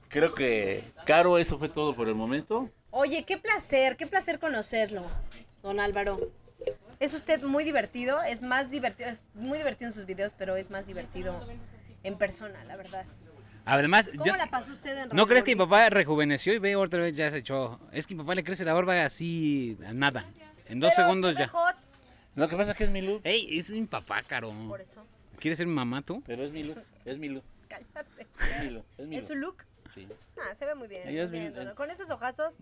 S4: Creo que, Caro, eso fue todo por el momento.
S3: Oye, qué placer, qué placer conocerlo, don Álvaro. Es usted muy divertido, es más divertido, es muy divertido en sus videos, pero es más divertido en persona, la verdad.
S2: Además,
S3: ¿Cómo
S2: yo-
S3: la pasó usted
S2: ¿no
S3: en Radio
S2: crees que mi
S3: Gordito?
S2: papá rejuveneció y ve otra vez ya se echó? Es que mi papá le crece la barba así a nada. En dos
S3: Pero
S2: segundos
S3: se ve
S2: ya.
S3: hot,
S4: Lo que pasa es que es mi luz.
S2: Ey, es mi papá, caro.
S3: por eso,
S2: ¿Quieres ser mi mamá tú?
S4: Pero es mi luz. Es mi luz.
S3: cállate.
S4: Es mi luz. Es mi
S3: ¿Es
S4: luz.
S3: su look?
S4: Sí.
S3: Ah, se ve muy bien.
S4: Ella es
S3: muy bien,
S4: bien-
S2: eh.
S3: don- Con esos ojazos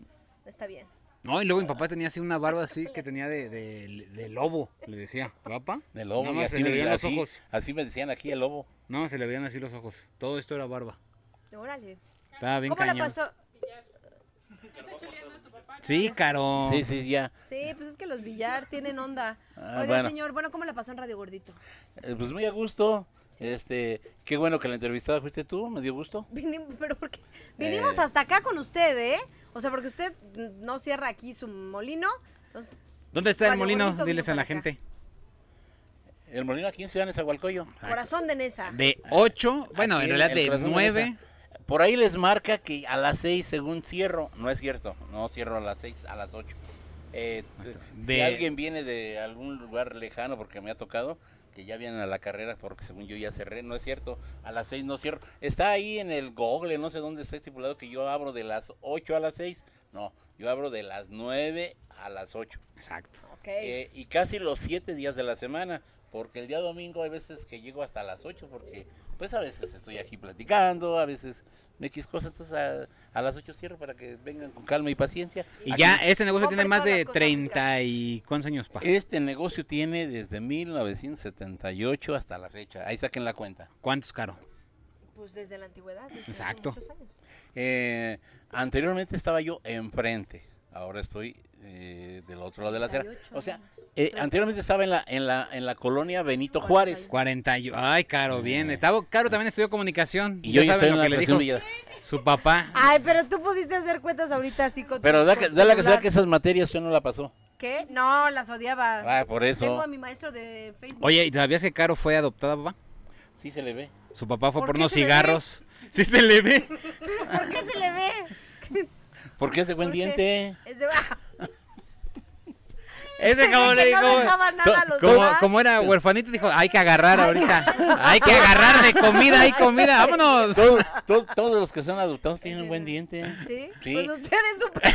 S3: está bien.
S2: No, y luego mi papá tenía así una barba así que tenía de, de- de lobo, le decía. ¿Papá?
S4: El lobo.
S2: Nada
S4: y
S2: más
S4: así,
S2: se le
S4: me,
S2: veían los
S4: así-
S2: ojos.
S4: así me decían aquí el lobo.
S2: No, se le veían así los ojos. Todo esto era barba.
S3: Órale.
S2: Estaba bien
S3: ¿Cómo la
S2: cañón.
S3: pasó?
S2: Sí, caro.
S4: Sí, sí, ya.
S3: Sí, pues es que los billar tienen onda.
S4: Ah,
S3: Oiga,
S4: bueno.
S3: señor, bueno, ¿cómo la pasó en Radio Gordito?
S4: Eh, Pues muy a gusto. Este, qué bueno que la entrevistada fuiste tú, me dio gusto.
S3: Vinim- pero porque vinimos
S4: Eh.
S3: hasta acá con usted, ¿eh? O sea, porque usted mm, no cierra aquí su molino. Entonces,
S2: ¿Dónde está el
S3: Radio
S2: molino?
S3: Gordito
S2: Diles
S3: vino
S2: a la
S3: para acá.
S2: gente.
S4: El molino aquí en Ciudad Nezahualcóyotl.
S3: corazón de Nesa.
S2: De 8, bueno,
S4: Aquí
S2: en
S4: el-
S2: realidad
S4: el
S2: de
S4: corazón de
S2: 9.
S4: Por ahí les marca que a las 6 según cierro, no es cierto, no cierro a las 6, a las 8.
S2: De-
S4: Si alguien viene de algún lugar lejano, porque me ha tocado, que ya vienen a la carrera porque según yo ya cerré, no es cierto, a las 6 no cierro. Está ahí en el Google, no sé dónde está estipulado que yo abro de las 8 a las 6, no, yo abro de las 9 a las 8.
S2: Exacto.
S3: Ok.
S4: Eh, y casi los siete días de la semana, porque el día domingo hay veces que llego hasta las 8, porque pues a veces estoy aquí platicando, a veces me X cosas, entonces a, a las 8 cierro para que vengan con calma y paciencia.
S2: Y
S4: Aquí-
S2: ya este negocio
S3: Compre
S2: tiene más
S3: todas las
S2: de
S3: cosas
S2: 30 y cuántos años, pa.
S4: Este negocio tiene desde 1978 hasta la fecha, ahí saquen la cuenta.
S2: ¿Cuántos caro?
S3: Pues desde la antigüedad. desde hace
S2: Exacto.
S3: muchos años.
S4: Eh, anteriormente estaba yo enfrente, ahora estoy eh, del otro lado de la acera.
S3: 38
S4: O sea,
S3: años.
S4: eh,
S3: Treinta.
S4: anteriormente estaba en la, en la, en la colonia Benito Juárez.
S2: 40 y... Ay, caro, bien. Estaba- Caro también estudió comunicación.
S4: Eh. Y
S2: ya
S4: yo ya
S2: saben
S4: estoy en
S2: lo
S4: la
S2: que le dijo.
S4: Presión Villa-
S2: Su papá.
S3: Ay, pero tú pudiste hacer cuentas ahorita así con tu-
S4: Pero da,
S3: con
S4: que-
S3: tu
S4: da la casualidad
S3: celular.
S4: que esas materias usted no la pasó.
S3: ¿Qué? No, las odiaba.
S4: Ah, por
S3: Tengo a
S4: eso.
S3: mi maestro de Facebook.
S2: Oye, ¿y ¿sabías que Caro fue adoptada, papá?
S4: Sí se le ve.
S2: Su papá fue
S3: ¿Por
S2: por,
S3: qué
S2: unos
S3: se le ve?
S2: cigarros. Sí se le ve.
S3: ¿Por qué se le ve?
S4: ¿Por qué ese buen
S3: ¿Por qué?
S4: diente?
S3: Es de baja.
S2: Ese cabrón le
S3: que
S2: dijo.
S3: no dejaba nada a los
S2: Como,
S3: demás.
S2: como era huerfanito, dijo, hay que agarrar ahorita. Hay que agarrar de comida, hay comida, vámonos.
S4: Todo- todo- todos los que son adoptados tienen buen diente.
S3: ¿Sí?
S4: Sí.
S3: Pues ustedes super...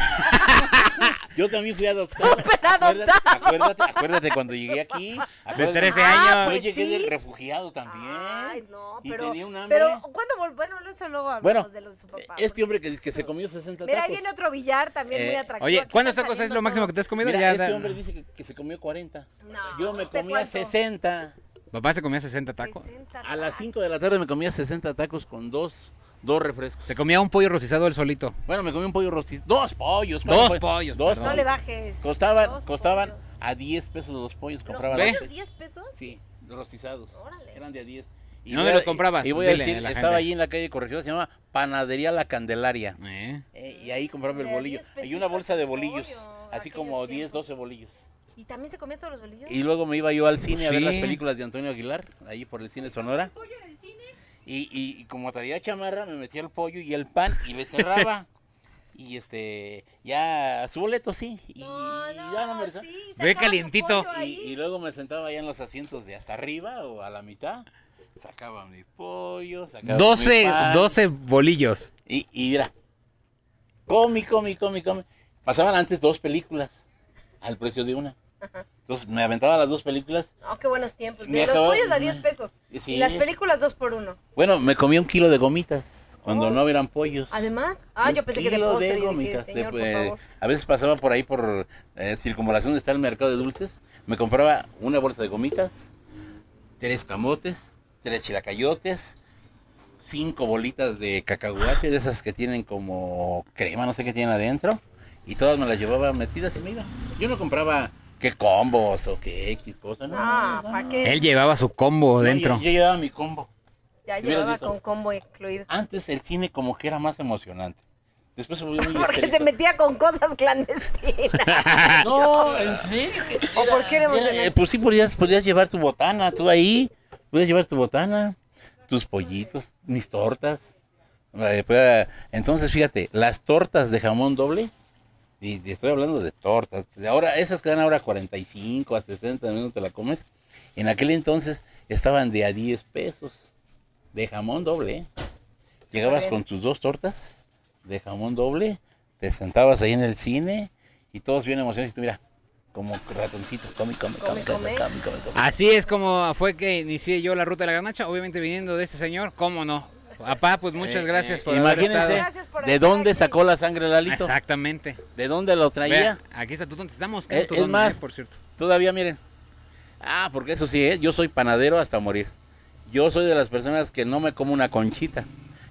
S4: Yo también fui adoptado.
S3: Súper
S4: Acuérdate,
S3: adoptado.
S4: acuérdate, acuérdate cuando llegué aquí. acuérdate-
S2: 13
S3: Ah,
S2: años.
S4: Yo
S3: pues
S4: llegué
S3: sí.
S4: de refugiado también.
S3: Ay, no,
S4: Y
S3: pero...
S4: tenía un hambre.
S3: Pero, ¿cuándo vol- Bueno, eso luego hablamos
S4: Bueno,
S3: de los de su papá.
S4: este
S3: porque-
S4: hombre que, que se comió 60
S3: Mira, ahí
S4: tacos.
S3: viene otro billar también muy
S4: Eh,
S3: atractivo.
S2: Oye,
S3: Aquí
S2: ¿cuántos
S3: están
S2: tacos es
S3: saliendo
S2: lo máximo que te
S3: todos.
S2: has comido?
S4: Mira,
S2: Ya,
S4: este
S2: da-
S4: hombre dice que, que se comió 40.
S3: No,
S4: Yo me
S3: ¿usted
S4: comía
S3: cuánto?
S4: 60.
S2: Papá se comía 60 tacos.
S3: 60
S4: A las
S3: tacos.
S4: 5 de la tarde me comía 60 tacos con dos, dos refrescos.
S2: Se comía un pollo rostizado él solito.
S4: Bueno, me comí un pollo rostizo. Dos pollos. ¿cuál
S2: Dos
S4: fue?
S2: pollos,
S4: Dos
S2: perdón.
S3: No le bajes.
S4: Costaban,
S3: Dos
S4: costaban
S3: pollos.
S4: a 10 pesos los pollos.
S3: ¿Los
S4: Compraba
S2: ¿Ve?
S4: dos.
S3: pollos 10 pesos?
S4: Sí, rostizados.
S3: Órale.
S4: Eran de a 10.
S2: ¿Y dónde
S4: voy a-
S2: los comprabas?
S4: Y voy a
S2: Dile
S4: decir,
S2: a la
S4: estaba
S2: gente.
S4: allí en la calle Corregidora, se llama Panadería La Candelaria.
S2: ¿Eh?
S4: Eh, y ahí compraba el
S3: De a
S4: bolillo.
S3: 10
S4: Hay una bolsa de
S3: pesitos de
S4: bolillos,
S3: pollo,
S4: así
S3: aquellos
S4: como 10,
S3: tiempos.
S4: 12 bolillos.
S3: ¿Y también se comía todos los bolillos?
S4: Y luego me iba yo al cine a ver las
S2: sí.
S4: películas de Antonio Aguilar, ahí por el cine Sonora. Y, y, y como traía chamarra, me metía el pollo y el pan y le cerraba. y este, ya su boleto sí. Y,
S3: No, no,
S4: ya no me alcanzaba.
S3: sí,
S2: Ve
S3: sacaban su
S2: calientito.
S3: pollo
S4: Y,
S3: ahí.
S4: y luego me sentaba ya en los asientos de hasta arriba o a la mitad. Sacaba mi pollo, sacaba mi
S2: 12,
S4: pan.
S2: 12 bolillos.
S4: Y, y mira, come, come, come, come. Pasaban antes dos películas al precio de una. Entonces me aventaba las dos películas.
S3: Oh, qué buenos tiempos.
S4: Me
S3: De los
S4: acababa-
S3: pollos a 10 pesos.
S4: y sí.
S3: Y las películas dos por uno.
S4: Bueno, me comía un kilo de gomitas cuando
S3: Oh.
S4: no eran pollos.
S3: Además, ah,
S4: Un
S3: yo pensé que de
S4: kilo
S3: postre. y dije,
S4: gomitas.
S3: señor, por
S4: Eh,
S3: favor.
S4: A veces pasaba por ahí por eh, circunvalación, está el mercado de dulces. Me compraba una bolsa de gomitas, tres camotes, tres chilacayotes, cinco bolitas de cacahuate, de esas que tienen como crema, no sé qué tienen adentro. Y todas me las llevaba metidas y me iba. Yo no compraba que combos o que X cosas. No,
S3: Ah,
S4: no,
S3: ¿pa'
S4: no.
S3: qué?
S2: Él llevaba su combo
S4: No, yo-
S2: dentro.
S4: Yo, llevaba mi combo.
S3: Ya
S4: hubieras
S3: llevaba
S4: visto.
S3: con combo incluido.
S4: Antes el cine como que era más emocionante. Después se volvió muy
S3: Porque se
S4: austerito.
S3: metía con cosas clandestinas.
S4: No, en serio.
S3: ¿O por qué era emocionante?
S4: Eh, pues sí, podías, podías llevar tu botana, tú ahí. Podías llevar tu botana, tus pollitos, mis tortas. Eh, pues, Entonces, fíjate, las tortas de jamón doble, y te estoy hablando de tortas, de ahora, esas que dan ahora 45 a 60, no te la comes. En aquel entonces estaban de a 10 pesos, de jamón doble. ¿eh? Llegabas
S3: bien.
S4: con tus dos tortas de jamón doble, te sentabas ahí en el cine y todos bien emocionados y tú mira, como ratoncito, come, come, come,
S3: Come,
S4: come,
S3: come.
S4: come, come, come.
S2: Así es como fue que inicié yo la ruta de la garnacha, obviamente viniendo de este señor, ¿cómo no? Papá, pues muchas
S4: Eh,
S2: gracias
S4: eh,
S2: por haber
S4: imagínense.
S2: estado.
S3: Gracias por
S4: ¿De
S3: estar
S4: dónde
S3: aquí.
S4: sacó la sangre Lalito?
S2: Exactamente.
S4: ¿De dónde lo traía?
S2: Vea, aquí está tú donde estamos,
S4: Eh,
S2: que tú
S4: es
S2: dónde,
S4: más-
S2: eh, por cierto.
S4: Todavía miren. Ah, porque eso sí, ¿eh? yo soy panadero hasta morir. Yo soy de las personas que no me como una conchita.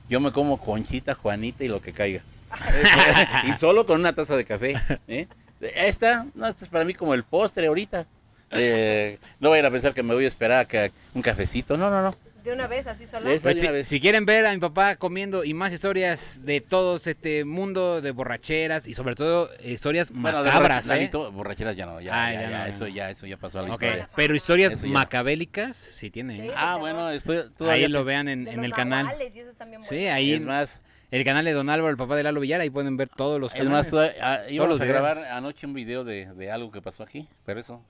S4: Yo me como conchita, Juanita y lo que caiga. y solo con una taza de café. ¿eh? Esta, no, esta es para mí como el postre ahorita. Eh, no vayan a pensar que me voy a esperar a que un cafecito. No, no, no.
S3: De una vez, así solo.
S4: De esa
S2: Pues
S4: de
S2: si,
S4: una vez.
S2: si quieren ver a mi papá comiendo y más historias de todo este mundo de borracheras y sobre todo historias
S4: Bueno, de
S2: macabras,
S4: borra-
S2: ¿eh?
S4: Lalito, borracheras ya no, ya,
S2: Ah,
S4: ya,
S2: ya
S4: ya,
S2: no, ya
S4: eso
S2: no.
S4: ya, eso ya pasó a la
S2: Ok,
S4: historia.
S2: pero historias
S4: Eso ya.
S2: macabélicas sí tiene. ¿eh?
S3: Sí.
S4: Ah, bueno, estoy
S2: Ahí
S4: todavía
S2: lo vean en,
S3: De
S2: en
S3: los
S2: el canal.
S3: nahuales, y esos también
S2: Sí,
S3: buenos.
S2: ahí
S4: es
S2: en
S4: más,
S2: el canal de Don Álvaro, el papá de Lalo Villar, ahí pueden ver todos los
S4: Es
S2: canales.
S4: más, toda- ah, íbamos
S2: Pues los
S4: a grabar
S2: videos.
S4: anoche un video de, de algo que pasó aquí, pero eso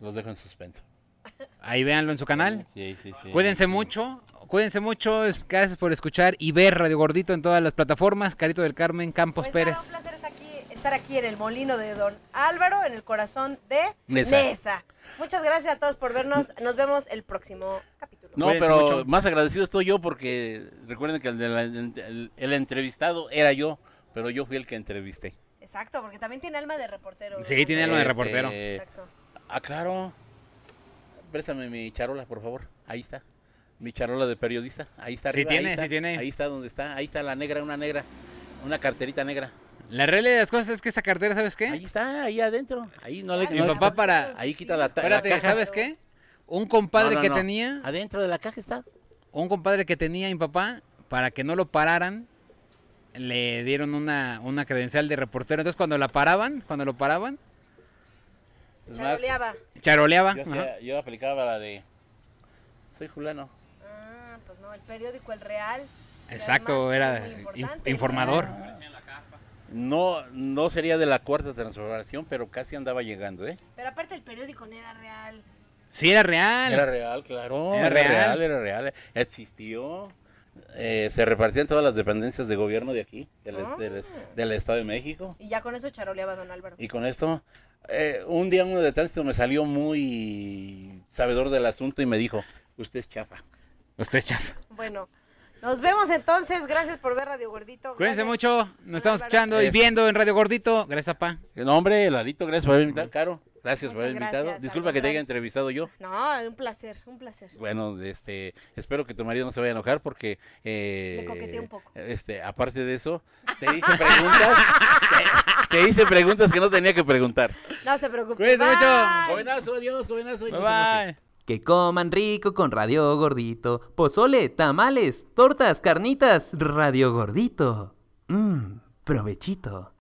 S4: los dejo en suspenso.
S2: Ahí véanlo en su canal.
S4: Sí, sí, sí.
S2: Cuídense mucho, cuídense mucho, es- gracias por escuchar y ver Radio Gordito en todas las plataformas, Carito del Carmen, Campos
S3: Pues nada, un
S2: Pérez.
S3: placer estar aquí, estar aquí en el molino de Don Álvaro, en el corazón de
S4: Nesa.
S3: Nesa. Muchas gracias a todos por vernos. Nos vemos el próximo capítulo.
S4: No,
S2: Cuídense
S4: pero
S2: mucho.
S4: más agradecido estoy yo porque recuerden que el, de la- el- el entrevistado era yo, pero yo fui el que entrevisté. Este,
S3: Exacto, porque también tiene alma de reportero.
S2: Sí,
S3: ¿no?
S2: tiene alma de reportero.
S3: Exacto.
S4: Ah, claro. Préstame mi charola, por favor. Ahí está. Mi charola de periodista. Ahí está
S2: Sí
S4: arriba.
S2: tiene,
S4: ahí está,
S2: sí tiene.
S4: Ahí está donde está. Ahí está la negra, una negra. Una carterita negra.
S2: La realidad de las cosas es que esa cartera, ¿sabes qué?
S4: Ahí está, ahí adentro. Ahí no le
S3: Ah,
S2: Mi
S4: no le-
S2: papá para-
S3: sí,
S4: Ahí
S3: sí.
S4: quita la ta-
S2: Espérate,
S4: caja.
S2: ¿sabes qué? Un compadre
S4: No, no,
S2: que
S4: no.
S2: tenía,
S4: Adentro de la caja está.
S2: un compadre que tenía mi papá, para que no lo pararan, le dieron una, una credencial de reportero. Entonces cuando la paraban, cuando lo paraban,
S4: Es más,
S3: Charoleaba.
S2: charoleaba.
S4: yo,
S2: Ah, ajá.
S4: hacía- yo aplicaba la de. Soy Julano.
S3: Ah, pues no, el periódico El Real.
S2: Exacto,
S3: además,
S2: era
S3: es muy
S2: in-
S3: importante.
S2: informador.
S5: en la capa.
S4: No, no sería de la cuarta transformación, pero casi andaba llegando, ¿eh?
S3: Pero aparte el periódico no era real.
S2: Sí, era real.
S4: Era real, claro.
S2: Era
S4: Era,
S2: real.
S4: real. era real. Existió. Eh, se repartían todas las dependencias de gobierno de aquí, del,
S3: Ah.
S4: del- del Estado de México.
S3: Y ya con eso charoleaba don Álvaro.
S4: Y con esto, eh, un día uno de tránsito me salió muy sabedor del asunto y me dijo, usted es chafa.
S2: Usted es chafa.
S3: Bueno, nos vemos entonces. Gracias por ver Radio Gordito.
S2: Cuídense
S3: Gracias.
S2: mucho. Nos estamos
S3: Álvaro.
S2: escuchando y
S4: Es-
S2: viendo en Radio Gordito. Gracias, papá.
S4: Eh, No, hombre, Larito, gracias por haber invitado. Caro, gracias por
S3: Muchas
S4: haber invitado.
S3: gracias, al
S4: Disculpa que te
S3: contrario.
S4: haya entrevistado yo.
S3: No, un placer, un placer.
S4: Bueno, este, espero que tu marido no se vaya a enojar porque... Eh,
S3: Le coqueteé un poco.
S4: Este, aparte de eso, te hice preguntas, te, te hice preguntas que no tenía que preguntar.
S3: No se preocupe.
S2: Cuídense mucho.
S3: Bye.
S4: Jovenazo, adiós, jovenazo. y
S2: Bye
S4: no se enoje.
S2: bye.
S1: Que coman rico con Radio Gordito. Pozole, tamales, tortas, carnitas, Radio Gordito. Mmm, provechito.